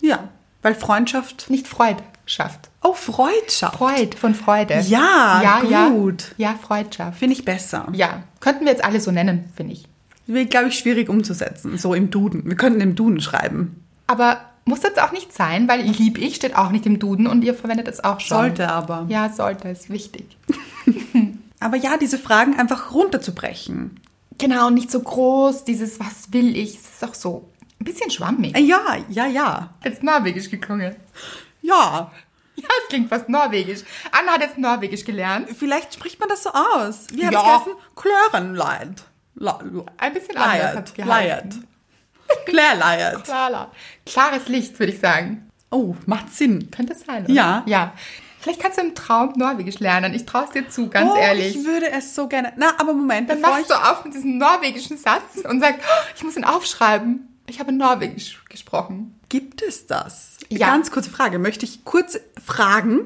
[SPEAKER 1] Ja, weil Freundschaft.
[SPEAKER 2] nicht Freudschaft.
[SPEAKER 1] Oh, Freudschaft.
[SPEAKER 2] Freud von Freude.
[SPEAKER 1] Ja,
[SPEAKER 2] ja,
[SPEAKER 1] gut.
[SPEAKER 2] Ja, Freudschaft.
[SPEAKER 1] Finde ich besser.
[SPEAKER 2] Ja, könnten wir jetzt alle so nennen, finde ich.
[SPEAKER 1] Wäre, glaube ich, schwierig umzusetzen, so im Duden. Wir könnten im Duden schreiben.
[SPEAKER 2] Aber muss das auch nicht sein, weil lieb ich steht auch nicht im Duden und ihr verwendet es auch schon.
[SPEAKER 1] Sollte aber.
[SPEAKER 2] Ja, sollte, ist wichtig.
[SPEAKER 1] Aber ja, diese Fragen einfach runterzubrechen.
[SPEAKER 2] Genau, und nicht so groß, dieses was will ich, es ist auch so ein bisschen schwammig.
[SPEAKER 1] Äh, Ja, ja, ja.
[SPEAKER 2] Jetzt norwegisch geklungen.
[SPEAKER 1] Ja,
[SPEAKER 2] Ja, es klingt fast norwegisch. Anna hat jetzt norwegisch gelernt.
[SPEAKER 1] vielleicht spricht man das so aus. Wie hat
[SPEAKER 2] Ja.
[SPEAKER 1] es geheißen? Klörenleid. La-
[SPEAKER 2] Ein bisschen anders
[SPEAKER 1] Leiert.
[SPEAKER 2] hat's geheißen.
[SPEAKER 1] Leiert. Claire Lyot.
[SPEAKER 2] Klarer. Klares Licht, würde ich sagen.
[SPEAKER 1] Oh, macht Sinn.
[SPEAKER 2] Könnte es sein, oder?
[SPEAKER 1] Ja.
[SPEAKER 2] Ja. Vielleicht kannst du im Traum Norwegisch lernen. Ich traue es dir zu, ganz
[SPEAKER 1] oh,
[SPEAKER 2] ehrlich.
[SPEAKER 1] Ich würde es so gerne. Na, aber Moment,
[SPEAKER 2] Dann
[SPEAKER 1] bevor ich.
[SPEAKER 2] machst du auf mit diesem norwegischen Satz und sagst, "Oh, ich muss ihn aufschreiben. Ich habe Norwegisch gesprochen.
[SPEAKER 1] Gibt es das?
[SPEAKER 2] Ja.
[SPEAKER 1] Ganz kurze Frage. Möchte ich kurz fragen,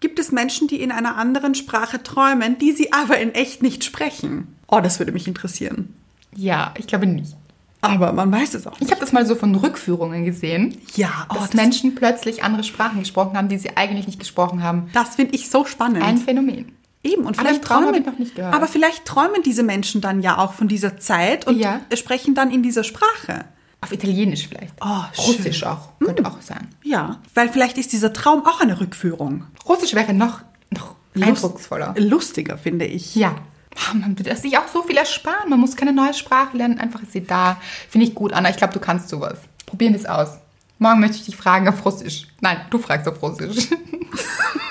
[SPEAKER 1] gibt es Menschen, die in einer anderen Sprache träumen, die sie aber in echt nicht sprechen? Oh, das würde mich interessieren.
[SPEAKER 2] Ja, ich glaube nicht.
[SPEAKER 1] Aber man weiß es auch.
[SPEAKER 2] Ich habe das mal so von Rückführungen gesehen,
[SPEAKER 1] Ja, oh,
[SPEAKER 2] dass
[SPEAKER 1] das,
[SPEAKER 2] Menschen plötzlich andere Sprachen gesprochen haben, die sie eigentlich nicht gesprochen haben.
[SPEAKER 1] das finde ich so spannend.
[SPEAKER 2] Ein Phänomen.
[SPEAKER 1] Eben, und
[SPEAKER 2] Aber
[SPEAKER 1] vielleicht
[SPEAKER 2] den Traum
[SPEAKER 1] träumen,
[SPEAKER 2] habe ich noch nicht gehört.
[SPEAKER 1] aber vielleicht träumen diese Menschen dann ja auch von dieser Zeit und
[SPEAKER 2] Ja.
[SPEAKER 1] sprechen dann in dieser Sprache.
[SPEAKER 2] Auf Italienisch vielleicht.
[SPEAKER 1] Oh,
[SPEAKER 2] Russisch
[SPEAKER 1] schön. Hm.
[SPEAKER 2] auch. Könnte auch sein.
[SPEAKER 1] Ja, weil vielleicht ist dieser Traum auch eine Rückführung.
[SPEAKER 2] Russisch wäre noch, noch
[SPEAKER 1] Lust-
[SPEAKER 2] eindrucksvoller.
[SPEAKER 1] Lustiger, finde ich.
[SPEAKER 2] Ja. Ah, Man wird sich auch so viel ersparen. Man muss keine neue Sprache lernen. Einfach ist sie da. Finde ich gut, Anna. Ich glaube, du kannst sowas. Probieren wir es aus. Morgen möchte ich dich fragen auf Russisch. Nein, du fragst auf Russisch.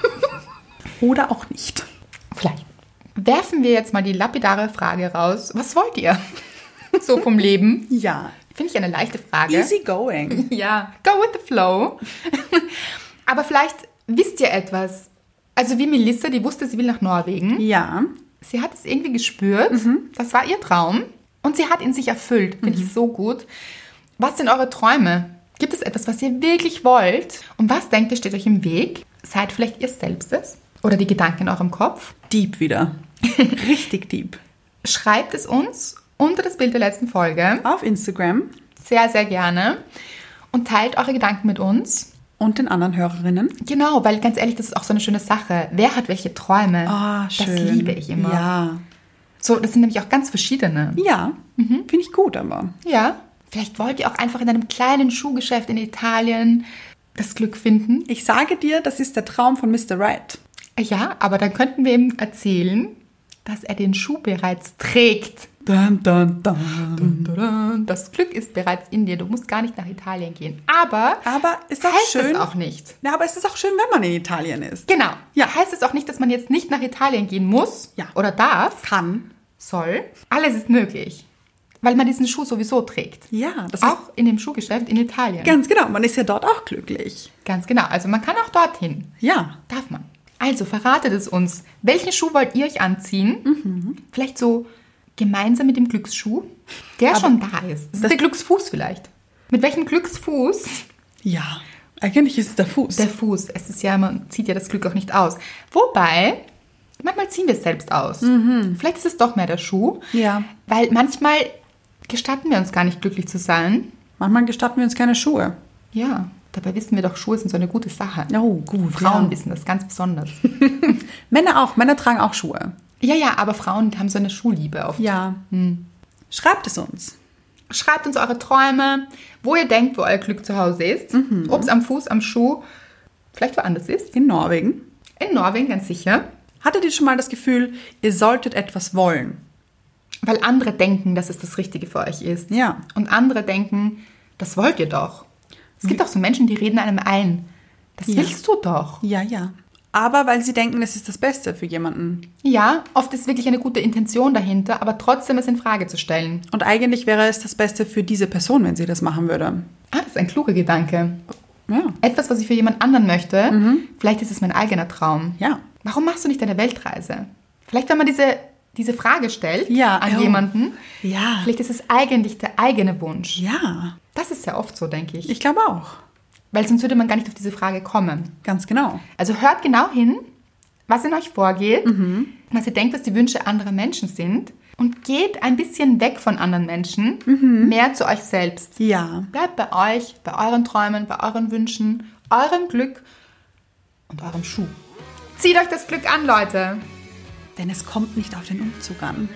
[SPEAKER 1] Oder auch nicht.
[SPEAKER 2] Vielleicht. Werfen wir jetzt mal die lapidare Frage raus. Was wollt ihr? So vom Leben.
[SPEAKER 1] Ja.
[SPEAKER 2] Finde ich eine leichte Frage.
[SPEAKER 1] Easy going.
[SPEAKER 2] Ja, go with the flow. Aber vielleicht wisst ihr etwas. Also wie Melissa, die wusste, sie will nach Norwegen.
[SPEAKER 1] Ja.
[SPEAKER 2] Sie hat es irgendwie gespürt. Das war ihr Traum. Und sie hat ihn sich erfüllt. Finde ich so gut. Was sind eure Träume? Gibt es etwas, was ihr wirklich wollt? Und was denkt ihr, steht euch im Weg? Seid vielleicht ihr selbst es? Oder die Gedanken in eurem Kopf?
[SPEAKER 1] Deep wieder. Richtig deep.
[SPEAKER 2] Schreibt es uns unter das Bild der letzten Folge.
[SPEAKER 1] Auf Instagram
[SPEAKER 2] Sehr, sehr gerne. Und teilt eure Gedanken mit uns.
[SPEAKER 1] und den anderen Hörerinnen.
[SPEAKER 2] Genau, weil ganz ehrlich, das ist auch so eine schöne Sache. Wer hat welche Träume?
[SPEAKER 1] Ah,
[SPEAKER 2] Das liebe ich immer.
[SPEAKER 1] Ja.
[SPEAKER 2] So, das sind nämlich auch ganz verschiedene.
[SPEAKER 1] Ja.
[SPEAKER 2] Mhm.
[SPEAKER 1] Finde ich gut, aber.
[SPEAKER 2] Ja. Vielleicht wollt ihr auch einfach in einem kleinen Schuhgeschäft in Italien das Glück finden.
[SPEAKER 1] Ich sage dir, das ist der Traum von Mr. Right.
[SPEAKER 2] Ja, aber dann könnten wir ihm erzählen, dass er den Schuh bereits trägt.
[SPEAKER 1] Dun, dun, dun.
[SPEAKER 2] Tada. Das Glück ist bereits in dir. Du musst gar nicht nach Italien gehen. Aber,
[SPEAKER 1] Aber ist das
[SPEAKER 2] heißt
[SPEAKER 1] schön?
[SPEAKER 2] es auch nicht.
[SPEAKER 1] Ja, aber es ist auch schön, wenn man in Italien ist.
[SPEAKER 2] Genau.
[SPEAKER 1] Ja.
[SPEAKER 2] Heißt es auch nicht, dass man jetzt nicht nach Italien gehen muss
[SPEAKER 1] Ja.
[SPEAKER 2] oder darf.
[SPEAKER 1] Kann.
[SPEAKER 2] soll. Alles ist möglich, weil man diesen Schuh sowieso trägt.
[SPEAKER 1] Ja, das ist
[SPEAKER 2] Auch in dem Schuhgeschäft in Italien.
[SPEAKER 1] ganz genau. Man ist ja dort auch glücklich.
[SPEAKER 2] Ganz genau. Also man kann auch dorthin.
[SPEAKER 1] Ja.
[SPEAKER 2] Darf man. Also verratet es uns. Welchen Schuh wollt ihr euch anziehen?
[SPEAKER 1] Mhm.
[SPEAKER 2] Vielleicht so gemeinsam mit dem Glücksschuh, der schon da ist. Das ist der Glücksfuß vielleicht. Mit welchem Glücksfuß?
[SPEAKER 1] Ja. Eigentlich ist es der Fuß.
[SPEAKER 2] Der Fuß. Es ist ja, man zieht ja das Glück auch nicht aus. Wobei, manchmal ziehen wir es selbst aus. Vielleicht ist es doch mehr der Schuh.
[SPEAKER 1] Mhm. Ja.
[SPEAKER 2] Weil manchmal gestatten wir uns gar nicht glücklich zu sein.
[SPEAKER 1] Manchmal gestatten wir uns keine Schuhe.
[SPEAKER 2] Ja. Dabei wissen wir doch, Schuhe sind so eine gute Sache.
[SPEAKER 1] Oh, gut,
[SPEAKER 2] Frauen
[SPEAKER 1] ja.
[SPEAKER 2] wissen das ganz besonders.
[SPEAKER 1] Männer auch. Männer tragen auch Schuhe.
[SPEAKER 2] ja, ja, aber Frauen haben so eine Schuhliebe oft.
[SPEAKER 1] Ja. Hm. Schreibt es uns.
[SPEAKER 2] Schreibt uns eure Träume, wo ihr denkt, wo euer Glück zu Hause ist.
[SPEAKER 1] Mhm.
[SPEAKER 2] Ob es am Fuß, am Schuh, vielleicht woanders ist.
[SPEAKER 1] In Norwegen.
[SPEAKER 2] In Norwegen ganz sicher.
[SPEAKER 1] Hattet ihr schon mal das Gefühl, ihr solltet etwas wollen?
[SPEAKER 2] Weil andere denken, dass es das Richtige für euch ist.
[SPEAKER 1] Ja.
[SPEAKER 2] Und andere denken, das wollt ihr doch. Es gibt auch so Menschen, die reden einem ein. Das
[SPEAKER 1] Ja.
[SPEAKER 2] willst du doch.
[SPEAKER 1] Ja, ja. Aber weil sie denken, es ist das Beste für jemanden.
[SPEAKER 2] Ja, oft ist wirklich eine gute Intention dahinter, aber trotzdem es in Frage zu stellen.
[SPEAKER 1] Und eigentlich wäre es das Beste für diese Person, wenn sie das machen würde.
[SPEAKER 2] Ah, das ist ein kluger Gedanke.
[SPEAKER 1] Ja.
[SPEAKER 2] Etwas, was ich für jemand anderen möchte, vielleicht ist es mein eigener Traum.
[SPEAKER 1] Mhm. Ja.
[SPEAKER 2] Warum machst du nicht eine Weltreise? Vielleicht, wenn man diese, diese Frage stellt
[SPEAKER 1] Ja,
[SPEAKER 2] an
[SPEAKER 1] oh. Ah.
[SPEAKER 2] jemanden,
[SPEAKER 1] Ja.
[SPEAKER 2] vielleicht ist es eigentlich der eigene Wunsch.
[SPEAKER 1] Ja.
[SPEAKER 2] Das ist sehr oft so, denke ich.
[SPEAKER 1] Ich glaube auch.
[SPEAKER 2] Weil sonst würde man gar nicht auf diese Frage kommen.
[SPEAKER 1] Ganz genau.
[SPEAKER 2] Also hört genau hin, was in euch vorgeht, was ihr denkt, was die Wünsche anderer Menschen sind und geht ein bisschen weg von anderen Menschen, mehr zu euch selbst.
[SPEAKER 1] Ja.
[SPEAKER 2] Bleibt bei euch, bei euren Träumen, bei euren Wünschen, eurem Glück und eurem Schuh. Zieht euch das Glück an, Leute!
[SPEAKER 1] Denn es kommt nicht auf den Umzug an.